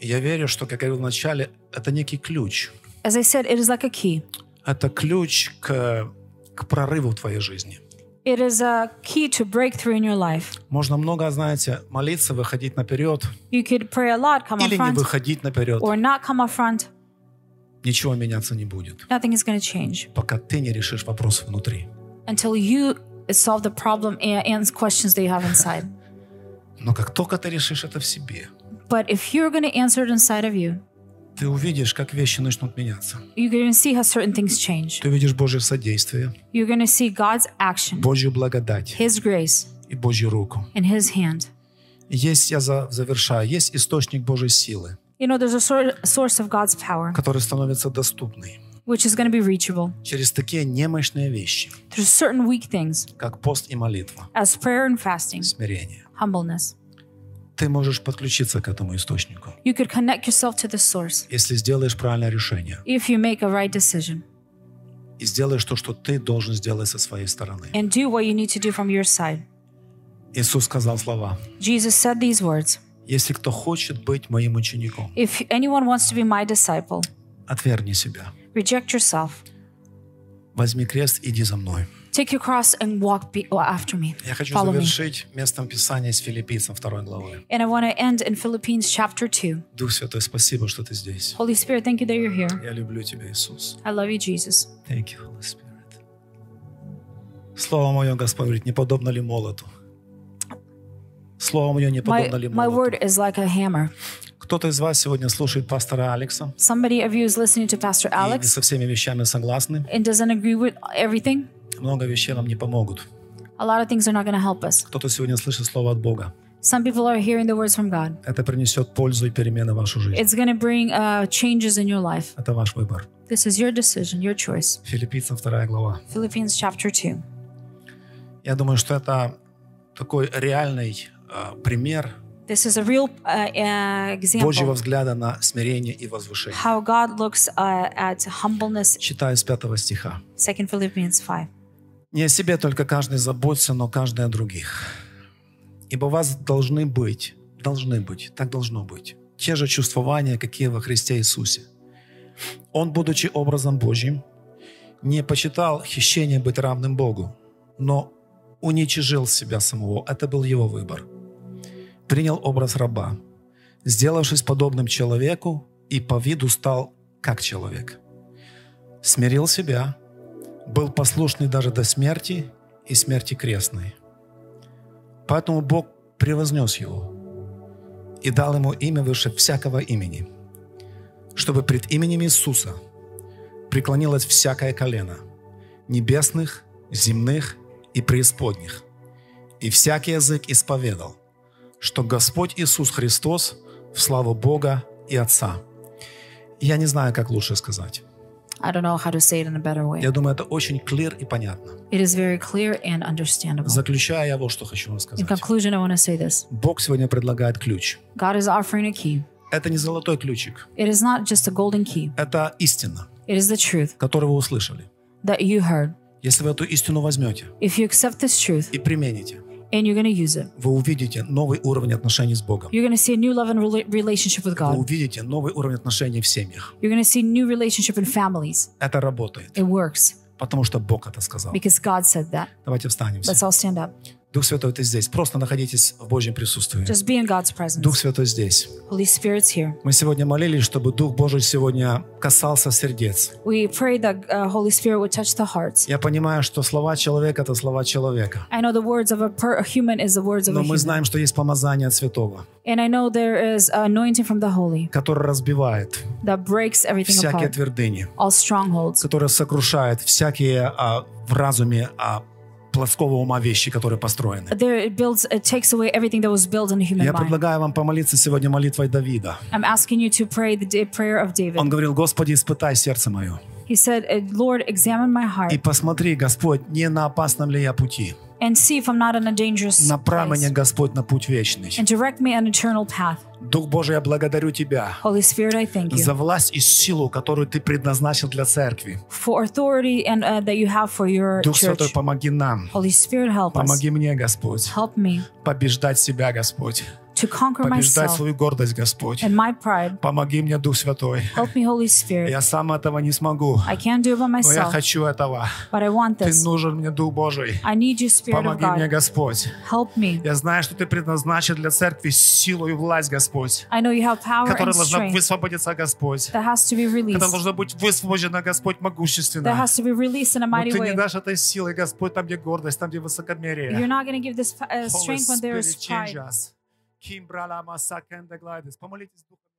[SPEAKER 1] И я верю, что, как я говорил в начале, это некий ключ.
[SPEAKER 2] As I said, it is like a key.
[SPEAKER 1] это ключ к, к прорыву твоей жизни.
[SPEAKER 2] It is a key to breakthrough in your life.
[SPEAKER 1] Можно много, знаете, молиться, выходить наперед
[SPEAKER 2] You could pray a lot, come up
[SPEAKER 1] или не
[SPEAKER 2] front,
[SPEAKER 1] выходить наперед.
[SPEAKER 2] or not come up front.
[SPEAKER 1] Ничего меняться не будет,
[SPEAKER 2] Nothing is going to change
[SPEAKER 1] пока ты не решишь вопрос внутри.
[SPEAKER 2] until you solve the problem and, and questions that you have inside.
[SPEAKER 1] Но как только ты решишь это в себе,
[SPEAKER 2] But if you're going to answer it inside of you,
[SPEAKER 1] ты увидишь, как вещи начнут меняться.
[SPEAKER 2] you're going to see how certain things change.
[SPEAKER 1] Ты увидишь Божье содействие,
[SPEAKER 2] You're going to see God's action,
[SPEAKER 1] Божью благодать
[SPEAKER 2] His grace,
[SPEAKER 1] и Божью руку.
[SPEAKER 2] and His hand.
[SPEAKER 1] Есть, я за- завершаю, есть источник Божьей силы,
[SPEAKER 2] You know, there's a sor- source of God's power,
[SPEAKER 1] который становится доступный
[SPEAKER 2] which is going to be reachable
[SPEAKER 1] через такие немощные вещи,
[SPEAKER 2] through certain weak things,
[SPEAKER 1] как пост и молитва,
[SPEAKER 2] as prayer and fasting,
[SPEAKER 1] смирение.
[SPEAKER 2] humbleness.
[SPEAKER 1] Ты можешь подключиться к этому источнику,
[SPEAKER 2] You could connect yourself to the source
[SPEAKER 1] если сделаешь правильное решение
[SPEAKER 2] if you make a right decision
[SPEAKER 1] и сделаешь то, что ты должен сделать со своей стороны.
[SPEAKER 2] and do what you need to do from your side.
[SPEAKER 1] Иисус сказал слова,
[SPEAKER 2] Jesus said these words
[SPEAKER 1] «Если кто хочет быть моим учеником,
[SPEAKER 2] If anyone wants to be my disciple,
[SPEAKER 1] отвергни себя,
[SPEAKER 2] reject yourself,
[SPEAKER 1] возьми крест, иди за мной».
[SPEAKER 2] take your cross, and walk be- after me.
[SPEAKER 1] Я хочу
[SPEAKER 2] Follow me.
[SPEAKER 1] завершить местом Писания из Филиппийцам 2 главы.
[SPEAKER 2] And I want to end in Philippines chapter 2.
[SPEAKER 1] Дух Святой, спасибо, что ты здесь.
[SPEAKER 2] Holy Spirit, thank you that you're here.
[SPEAKER 1] Я люблю тебя, Иисус.
[SPEAKER 2] I love you, Jesus.
[SPEAKER 1] Thank you, Holy Spirit. Слово мое, Господь, говорит, не подобно ли молоту? Слово мое не
[SPEAKER 2] My,
[SPEAKER 1] подобно ли
[SPEAKER 2] my
[SPEAKER 1] молоту?
[SPEAKER 2] word is like a hammer.
[SPEAKER 1] Кто-то из вас сегодня слушает пастора Алекса
[SPEAKER 2] Somebody of you is listening to Pastor
[SPEAKER 1] и не
[SPEAKER 2] Alex
[SPEAKER 1] со всеми вещами согласны.
[SPEAKER 2] and doesn't agree with everything.
[SPEAKER 1] Много вещей нам не помогут.
[SPEAKER 2] A lot of things are not going to help us.
[SPEAKER 1] Кто-то сегодня слышит слово от Бога.
[SPEAKER 2] Some people are hearing the words from God.
[SPEAKER 1] Это принесет пользу и перемены в вашу жизнь.
[SPEAKER 2] It's going to bring uh, changes in your life.
[SPEAKER 1] Это ваш выбор.
[SPEAKER 2] This is your decision, your choice.
[SPEAKER 1] Филиппийцам 2 глава.
[SPEAKER 2] Philippians chapter 2.
[SPEAKER 1] Я думаю, что это такой реальный э, пример
[SPEAKER 2] This is a real uh, uh,
[SPEAKER 1] Божьего
[SPEAKER 2] example
[SPEAKER 1] взгляда на смирение и возвышение.
[SPEAKER 2] how God looks uh, at humbleness.
[SPEAKER 1] Читаю с 5 стиха.
[SPEAKER 2] Second Philippians 5.
[SPEAKER 1] Не о себе только каждый заботится, но каждый о других. Ибо у вас должны быть, должны быть, так должно быть, те же чувствования, какие во Христе Иисусе. Он, будучи образом Божьим, не почитал хищение быть равным Богу, но уничижил себя самого. Это был его выбор. Принял образ раба, сделавшись подобным человеку и по виду стал как человек. Смирил себя – был послушный даже до смерти и смерти крестной. Поэтому Бог превознес его и дал ему имя выше всякого имени, чтобы пред именем Иисуса преклонилось всякое колено небесных, земных и преисподних. И всякий язык исповедал, что Господь Иисус Христос в славу Бога и Отца. Я не знаю, как лучше сказать.
[SPEAKER 2] I don't know how to say it in a better way.
[SPEAKER 1] Я думаю, это очень clear и понятно.
[SPEAKER 2] It is very clear and understandable.
[SPEAKER 1] Заключая я вот что хочу вам
[SPEAKER 2] In
[SPEAKER 1] сказать.
[SPEAKER 2] conclusion, I want to say this
[SPEAKER 1] Бог сегодня предлагает ключ.
[SPEAKER 2] God is offering a key.
[SPEAKER 1] Это не золотой ключик.
[SPEAKER 2] It is not just a golden key,
[SPEAKER 1] Это истина,
[SPEAKER 2] it is the truth
[SPEAKER 1] которую вы услышали.
[SPEAKER 2] that you heard.
[SPEAKER 1] Если вы эту истину возьмете
[SPEAKER 2] If you accept this truth
[SPEAKER 1] и примените,
[SPEAKER 2] and you're going to use it,
[SPEAKER 1] вы увидите новый уровень отношений с Богом.
[SPEAKER 2] you're going to see a new love and rela- relationship with
[SPEAKER 1] Вы
[SPEAKER 2] God.
[SPEAKER 1] увидите новый уровень отношений в семьях.
[SPEAKER 2] You're going to see new relationship in families.
[SPEAKER 1] Это работает,
[SPEAKER 2] It works
[SPEAKER 1] потому что Бог это сказал.
[SPEAKER 2] because God said that.
[SPEAKER 1] Давайте встанем. все.
[SPEAKER 2] Let's all stand up.
[SPEAKER 1] Дух Святой, ты здесь. Просто находитесь в Божьем присутствии.
[SPEAKER 2] Just be in God's
[SPEAKER 1] Дух
[SPEAKER 2] presence.
[SPEAKER 1] Святой здесь.
[SPEAKER 2] Holy Spirit's here.
[SPEAKER 1] Мы сегодня молились, чтобы Дух Божий сегодня касался сердец.
[SPEAKER 2] We pray that uh, Holy Spirit would touch the hearts.
[SPEAKER 1] Я понимаю, что слова человека – это слова человека.
[SPEAKER 2] I know the words of a, per- a human is the words of
[SPEAKER 1] Но
[SPEAKER 2] a
[SPEAKER 1] мы
[SPEAKER 2] human.
[SPEAKER 1] знаем, что есть помазание от святого,
[SPEAKER 2] And I know there is anointing from the holy
[SPEAKER 1] которое разбивает
[SPEAKER 2] that breaks everything
[SPEAKER 1] всякие
[SPEAKER 2] apart,
[SPEAKER 1] твердыни,
[SPEAKER 2] all strongholds,
[SPEAKER 1] которое сокрушает всякие а, в разуме а, плоского ума вещи, которые построены.
[SPEAKER 2] there it builds it takes away everything that was built in the human
[SPEAKER 1] Я
[SPEAKER 2] mind
[SPEAKER 1] предлагаю вам помолиться сегодня молитвой Давида.
[SPEAKER 2] i'm asking you to pray the da- prayer of david
[SPEAKER 1] Он говорил, Господи, испытай сердце мое.
[SPEAKER 2] he said uh, lord examine my
[SPEAKER 1] И
[SPEAKER 2] heart
[SPEAKER 1] посмотри, Господь, не на опасном ли я пути.
[SPEAKER 2] and see if i'm not on a dangerous
[SPEAKER 1] Направь меня,
[SPEAKER 2] place
[SPEAKER 1] Господь, на путь вечный.
[SPEAKER 2] and direct me on eternal path
[SPEAKER 1] Дух Божий, я благодарю Тебя
[SPEAKER 2] holy spirit i thank
[SPEAKER 1] за
[SPEAKER 2] you
[SPEAKER 1] власть и силу, которую Ты предназначил для церкви.
[SPEAKER 2] for authority and uh, that you have for your
[SPEAKER 1] Дух
[SPEAKER 2] church
[SPEAKER 1] Святой, помоги нам.
[SPEAKER 2] holy spirit help us
[SPEAKER 1] Помоги мне, Господь,
[SPEAKER 2] help me
[SPEAKER 1] побеждать себя, Господь.
[SPEAKER 2] to conquer
[SPEAKER 1] побеждать
[SPEAKER 2] myself
[SPEAKER 1] свою гордость, Господь.
[SPEAKER 2] and my pride.
[SPEAKER 1] Помоги мне, Дух Святой.
[SPEAKER 2] Help me, Holy Spirit.
[SPEAKER 1] Я сам этого не смогу,
[SPEAKER 2] I can't do it by
[SPEAKER 1] но я
[SPEAKER 2] myself,
[SPEAKER 1] хочу этого.
[SPEAKER 2] but I want
[SPEAKER 1] Ты
[SPEAKER 2] this.
[SPEAKER 1] нужен мне, Дух Божий.
[SPEAKER 2] I need you, Spirit of
[SPEAKER 1] Помоги мне,
[SPEAKER 2] God.
[SPEAKER 1] Господь.
[SPEAKER 2] Help me.
[SPEAKER 1] Я знаю, что Ты предназначен для церкви силу и власть, Господь,
[SPEAKER 2] I know you have power
[SPEAKER 1] которая
[SPEAKER 2] and
[SPEAKER 1] должна
[SPEAKER 2] strength
[SPEAKER 1] высвободиться, Господь.
[SPEAKER 2] that has to be
[SPEAKER 1] Которая
[SPEAKER 2] released.
[SPEAKER 1] должна быть высвобождена, Господь,
[SPEAKER 2] That
[SPEAKER 1] могущественно.
[SPEAKER 2] has to be released in a
[SPEAKER 1] Но
[SPEAKER 2] mighty
[SPEAKER 1] Ты не
[SPEAKER 2] way.
[SPEAKER 1] дашь этой силы, Господь, там, где гордость, там, где
[SPEAKER 2] You're
[SPEAKER 1] высокомерие.
[SPEAKER 2] not going to give this
[SPEAKER 1] Holy
[SPEAKER 2] uh, strength when there is
[SPEAKER 1] Spirit, change
[SPEAKER 2] pride.
[SPEAKER 1] us. Ким брала маса кенде гладис. Помолитесь Духом